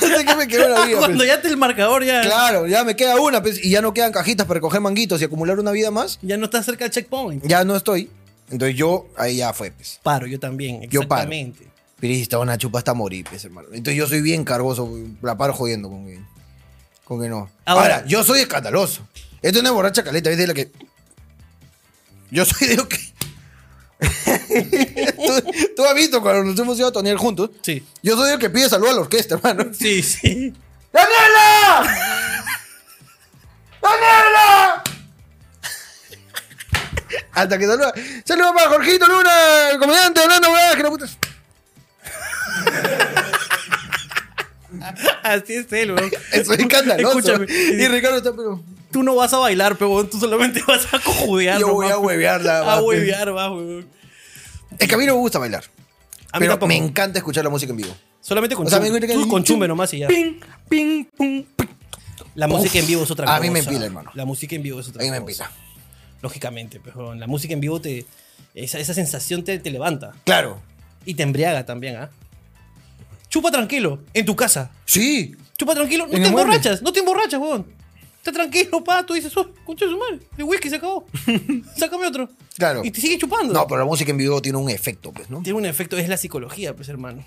yo sé que me queda una vida. Ah, Cuando pues. ya te el marcador ya, Claro, ya me queda una pues, y ya no quedan cajitas para recoger manguitos y acumular una vida más, ya no estás cerca del checkpoint. ya no estoy. Entonces yo ahí ya fue. Pues. Paro, yo también. Yo paro. Exactamente. Pirista, una chupa hasta morir, pues, hermano. Entonces yo soy bien cargoso, la paro jodiendo con que, con que no. Ahora, Ahora- yo soy escandaloso. Esto es una borracha caleta, es de la que. Yo soy de lo que. [laughs] ¿Tú, tú has visto cuando nos hemos ido a tonear juntos. Sí. Yo soy el que pide salud a la orquesta, hermano. Sí, sí. [laughs] ¡Daniela! ¡Daniela! Hasta que saluda. Saludos para Jorgito Luna, el comediante Orlando Huevadas, que la puta. Así es él, weón. [laughs] Eso es escandaloso. Escúchame. Y Ricardo está, pero. Tú no vas a bailar, pero tú solamente [laughs] vas a cojudear. Yo voy nomás, a huevearla. A va, pues. huevear, va, weón. Es que a mí no me gusta bailar. A mí pero tampoco. me encanta escuchar la música en vivo. Solamente O sea, consume. me- tú consume nomás y ya. La música en vivo es otra cosa. a mí me empila, hermano. La música en vivo es otra Ahí cosa. me empieza. Lógicamente, pero la música en vivo te. Esa, esa sensación te, te levanta. Claro. Y te embriaga también, ¿ah? Chupa tranquilo, en tu casa. Sí. Chupa tranquilo, no En te el mueble. emborrachas, no te emborrachas, weón. Está tranquilo, pa, tú dices, oh, concha de su madre, el whisky se acabó. [laughs] Sácame otro. Claro. Y te sigue chupando. No, pero la música en vivo tiene un efecto, pues, ¿no? Tiene un efecto, es la psicología, pues, hermano.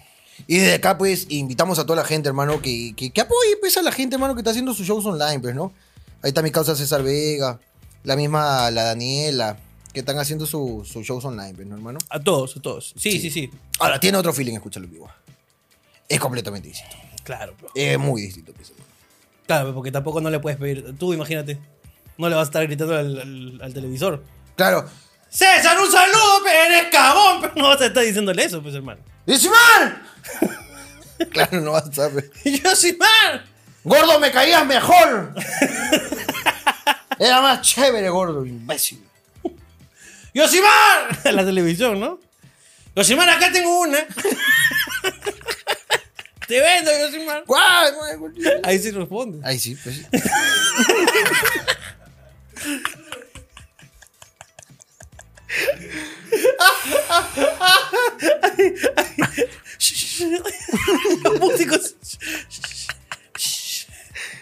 Y desde acá, pues, invitamos a toda la gente, hermano, que, que, que apoye, pues, a la gente, hermano, que está haciendo sus shows online, pues, ¿no? Ahí está mi causa César Vega, la misma, la Daniela, que están haciendo su- sus shows online, pues, ¿no, hermano? A todos, a todos. Sí, sí, sí. Ahora, tiene otro feeling escucharlo en vivo. Es completamente distinto. Claro, pero- Es muy distinto, pues, hermano. Claro, porque tampoco no le puedes pedir. Tú, imagínate. No le vas a estar gritando al, al- al televisor. Claro. César, un saludo, pero eres cabón. Pero [laughs] no vas a estar diciéndole eso, pues, hermano. [laughs] ¡Ismael! claro, no vas a estar, pues. Yo soy mal. ¡Gordo, me caías mejor! Era más chévere, gordo, imbécil. [laughs] ¡Yosimar! La televisión, ¿no? Yosimar, acá tengo una. Te vendo, Yosimar. ¡Guau, guau, guau! Ahí sí responde. Ahí sí, pues sí. Los [laughs] músicos.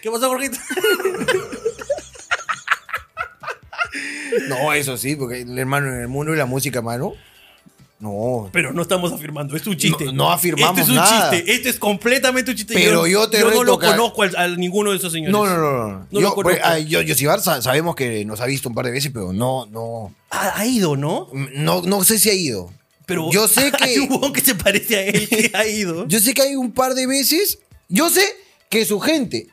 ¿Qué pasó, Jorgito? [laughs] No, eso sí, porque el hermano en el mundo y la música, hermano. No. Pero no estamos afirmando, es un chiste. No- no afirmamos Este es un nada. chiste, este es completamente un chiste. Pero yo te no lo reto que- conozco al- a, ninguno de esos señores. No, no, no, no. No yo, lo pues, conozco. ah, yo, Yosibar sa- sabemos que nos ha visto un par de veces, pero no, no. Ha, ha ido, ¿no? No, no sé si ha ido. Pero yo sé [laughs] hay un que. huevón que se parece a él que ha [laughs] ido. Yo sé que hay un par de veces. Yo sé que su gente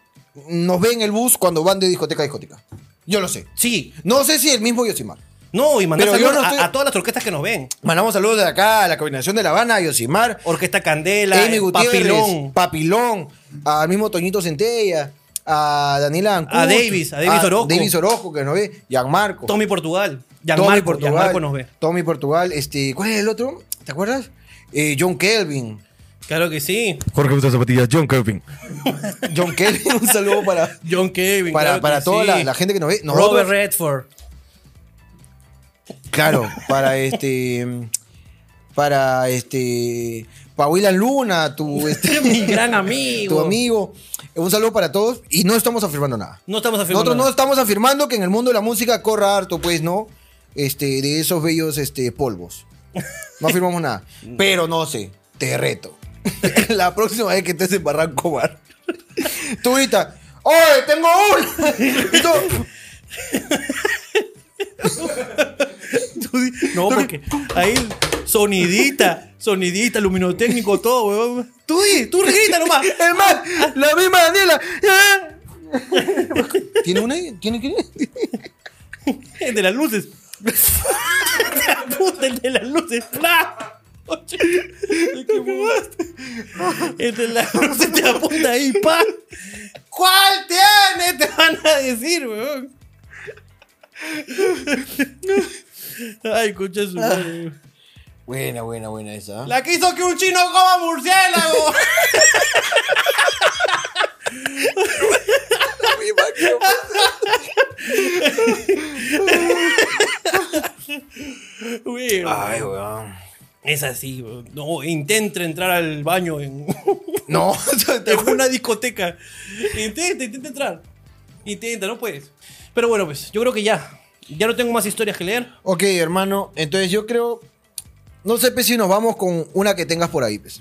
nos ve en el bus cuando van de discoteca a discoteca. Yo lo sé. Sí. No sé si el mismo Yosimar. No, y mandar Pero yo saludos no a- estoy- a, todas las orquestas que nos ven. Mandamos saludos de acá a la coordinación de La Habana, a Yosimar, Orquesta Candela, Amy Gutiérrez, eh, Papilón. Papilón, al mismo Toñito Centella, a Daniela Ancut, A Davis, a Davis Orozco. Davis Orozco, que nos ve, Gianmarco. Tommy Portugal. Tommy Gianmarco, Gianmarco nos ve. Tommy Portugal, este, ¿cuál es el otro? ¿Te acuerdas? Eh, John Kelvin. Claro que sí. Jorge usa zapatillas, John Kelvin. John Kelvin, un saludo para, John Kevin. para, claro para que toda sí. la, la gente que nos ve. Nosotros- Robert Redford. Claro, para este. Para este. Pahuila Luna, tu, este, [laughs] Mi gran amigo. tu amigo. Un saludo para todos. Y no estamos afirmando nada. No estamos afirmando. Nosotros no nada. estamos afirmando que en el mundo de la música corra harto, pues, ¿no? Este, de esos bellos este, polvos. No afirmamos [laughs] nada. Pero no sé, te reto. [laughs] la próxima vez que estés en Barranco Bar, [laughs] tú ahorita, ¡Oye, tengo una! [laughs] Y tú, [laughs] Tú di- No, porque ahí sonidita, sonidita, luminotécnico, todo, weón. Tú di, tú grita nomás. [laughs] es más, la misma Daniela. ¡eh! ¿eh? ¿Tiene una? ¿Tiene qué? El de las luces. [laughs] Puta, el de las luces. ¡Pla! Oye, ¿de qué mudaste? El de [laughs] las luces te apunta ahí, pa. ¿Cuál tiene? Te van a decir, weón. Ay, escucha su madre. Buena, buena, buena esa. Ah. La quiso que un chino coma murciélago. Weón. Ay, weón. Es así, weón. no, intenta entrar al baño en, [laughs] No, [laughs] en una discoteca. Intenta, intenta entrar. Intenta, no puedes. Pero bueno, pues yo creo que ya. Ya no tengo más historias que leer. [laughs] Ok, hermano. Entonces yo creo. No sé, pues, si nos vamos con una que tengas por ahí, pues.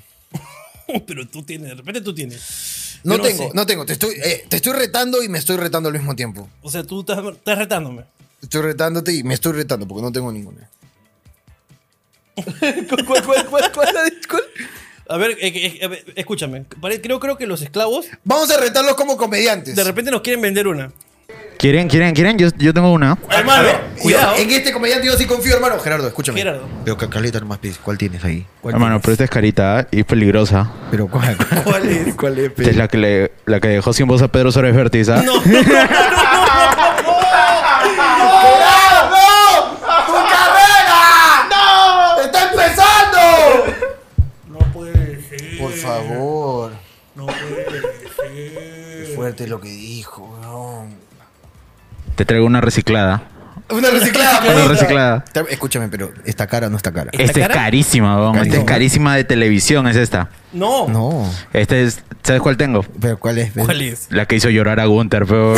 Pero tú tienes, de repente tú tienes. No Yo tengo, sé. no tengo. Te estoy, eh, te estoy retando y me estoy retando al mismo tiempo. O sea, tú estás, estás retándome. Estoy retándote y me estoy retando porque no tengo [laughs] ninguna. A ver, eh, eh, a ver, escúchame. Pare- Creo, creo que los esclavos Vamos a retarlos como comediantes. de repente nos quieren vender una. ¿Quieren, quieren, quieren? Yo, yo tengo una. Hermano, Yo- cuidado. en este comediante yo sí confío, hermano. Gerardo, escúchame. Gerardo. Veo que Carlita nomás pide. ¿Cuál tienes ahí? ¿Cuál Hermano, pero tienes? esta es carita ¿eh? y peligrosa. pero ¿cuál? [laughs] ¿Cuál es? ¿Cuál es? Esta es la que, le, la que dejó sin voz a Pedro Suárez Vértiz, ¿ah? No, [laughs] no, no, no, no. ¡Tu carrera! ¡No! ¡Está [laughs] empezando! No puede ser. Por favor. No puede ser. Qué fuerte lo que dijo, weón. Te traigo una reciclada. Una reciclada, Una Carlita. reciclada. Está- Escúchame, pero esta cara no está cara. ¿Esta Esta es cara? carísima, weón. Esta es Carísima. carísima de televisión, es esta. No. No, Esta es. ¿Sabes cuál tengo? pero ¿cuál es? ¿Cuál es? La que hizo llorar a [laughs] Gunther, pero.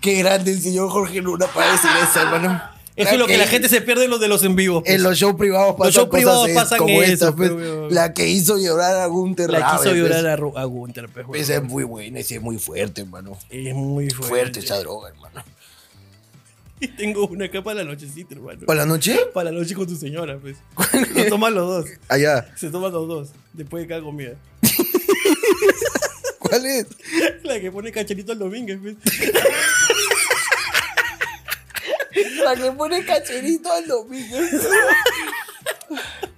Qué grande el señor Jorge Luna para decir eso, hermano. Eso Ah. es lo que la gente se pierde en los de los en vivo. pues. En los shows privados pasan shows privados cosas pasan como eso, esta, pues. pero, weón. La que hizo llorar a Gunter La Rabe, quiso llorar pues. a, Ru- a Gunther, pues, güey. Esa es muy buena, esa es muy fuerte, hermano. Es muy fuerte. Fuerte esa droga, hermano. [laughs] Y tengo una acá para la nochecita, hermano. ¿Para la [laughs] noche? Para la noche con tu señora, pues. Lo toman los dos. Allá. Se toman los dos. Después de cada comida. [laughs] ¿Cuál es? La que pone cacharito al domingo, pues. La que pone cacherito al domingo.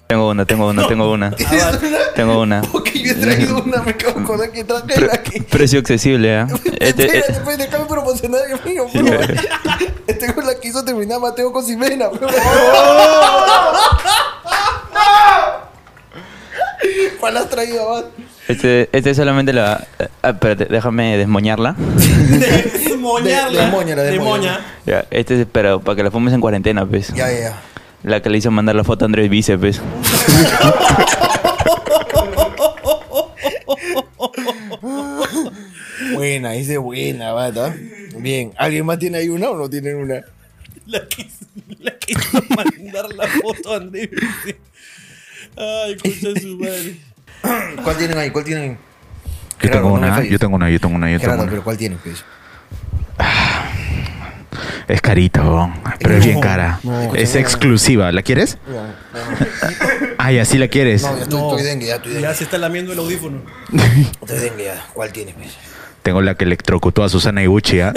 Tengo una, tengo una, tengo una. Es una- Tengo una. Ah, Porque yo he traído una, me cago con la que traje la que. Precio accesible, ¿eh? ¿ah? Este, Espérate, pues, déjame promocionar, Dios mío, por favor. [laughs] Tengo la que hizo terminar Mateo con Simena, [laughs] por favor. ¿Cuál has traído, Abad? Este, este es solamente la. Ah, espérate, déjame desmoñarla. Desmoñarla. desmoñala, desmoñala. Demoña. Ya, este es para, para que la fumes en cuarentena, pues. Ya, ya, ya. La que le hizo mandar la foto a Andrés Vice, pues. Buena, hice buena, bata. Bien, ¿alguien más tiene ahí una o no tienen una? La que, la que hizo [laughs] mandar la foto a Andrés. Ay, concha su madre. ¿Cuál tienen ahí? ¿Cuál tienen? Yo Gerardo, tengo no me una, falles. yo tengo una, yo tengo una, yo tengo Gerardo, una. pero ¿cuál tienen, pues? Es carita, weón. Pero es bien No, cara. no, Es no. exclusiva. ¿La quieres? Ya, [laughs] Ay, así la quieres. No, ya estoy, No. estoy dengue, ya estoy dengue. Ya se está lamiendo el audífono. Estoy dengue, ya. ¿Cuál tienen, pues? Tengo la que electrocutó a Susana Iguchi, ¿ah?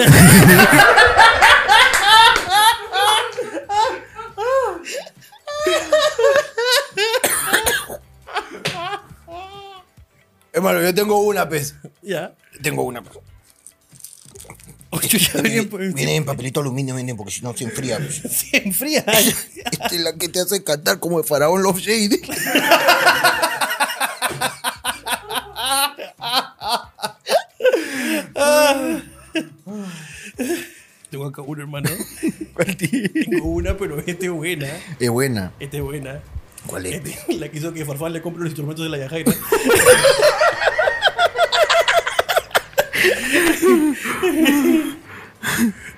Hermano, yo tengo una, pues. Ya. Tengo una, pues. Oye, ya Viene, venía por- viene en papelito aluminio, viene porque si no se enfría. pues. [laughs] Se enfría. Esta es la que te hace cantar como el faraón Love Shady. Tengo acá una, hermano. Tengo una, pero esta es buena. Es buena. Esta es buena. ¿Cuál es? pe? Esta- [laughs] La quiso que Farfán le compre los instrumentos de [laughs] la Yajaira.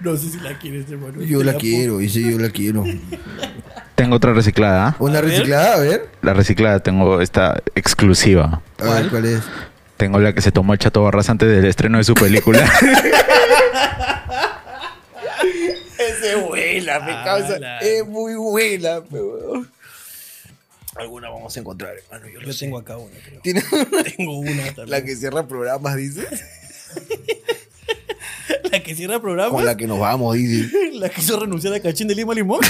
No sé si la quieres, hermano. Yo Te la pu- quiero, dice yo la quiero. Tengo otra reciclada, ¿ah? Una ver. reciclada, a ver. La reciclada tengo esta exclusiva. A ver, ¿cuál es? Tengo la que se tomó el Chato Barras antes del estreno de su película. Esa es buena, me Ah, causa. la- Es muy buena, pe, weón. Alguna vamos a encontrar, hermano. Yo, lo Yo sé. tengo acá una, creo. [laughs] Tiene Tengo una [laughs] también. la que cierra programas, dice. La que cierra programa. Con la La... que nos vamos, [laughs] dice. que hizo renunciar a Cachín de Lima Limón.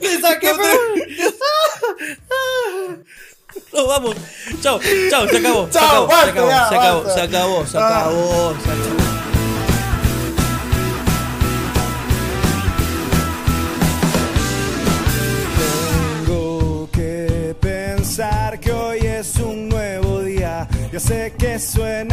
Le saqué otra. [laughs] Nos vamos. Chao, chao, se acabó. se Chao, acabó, basta, se acabó, ya, se acabó, basta. se acabó, se Ah. acabó, se acabó. Tengo que pensar que hoy es un nuevo día. Ya sé que suena.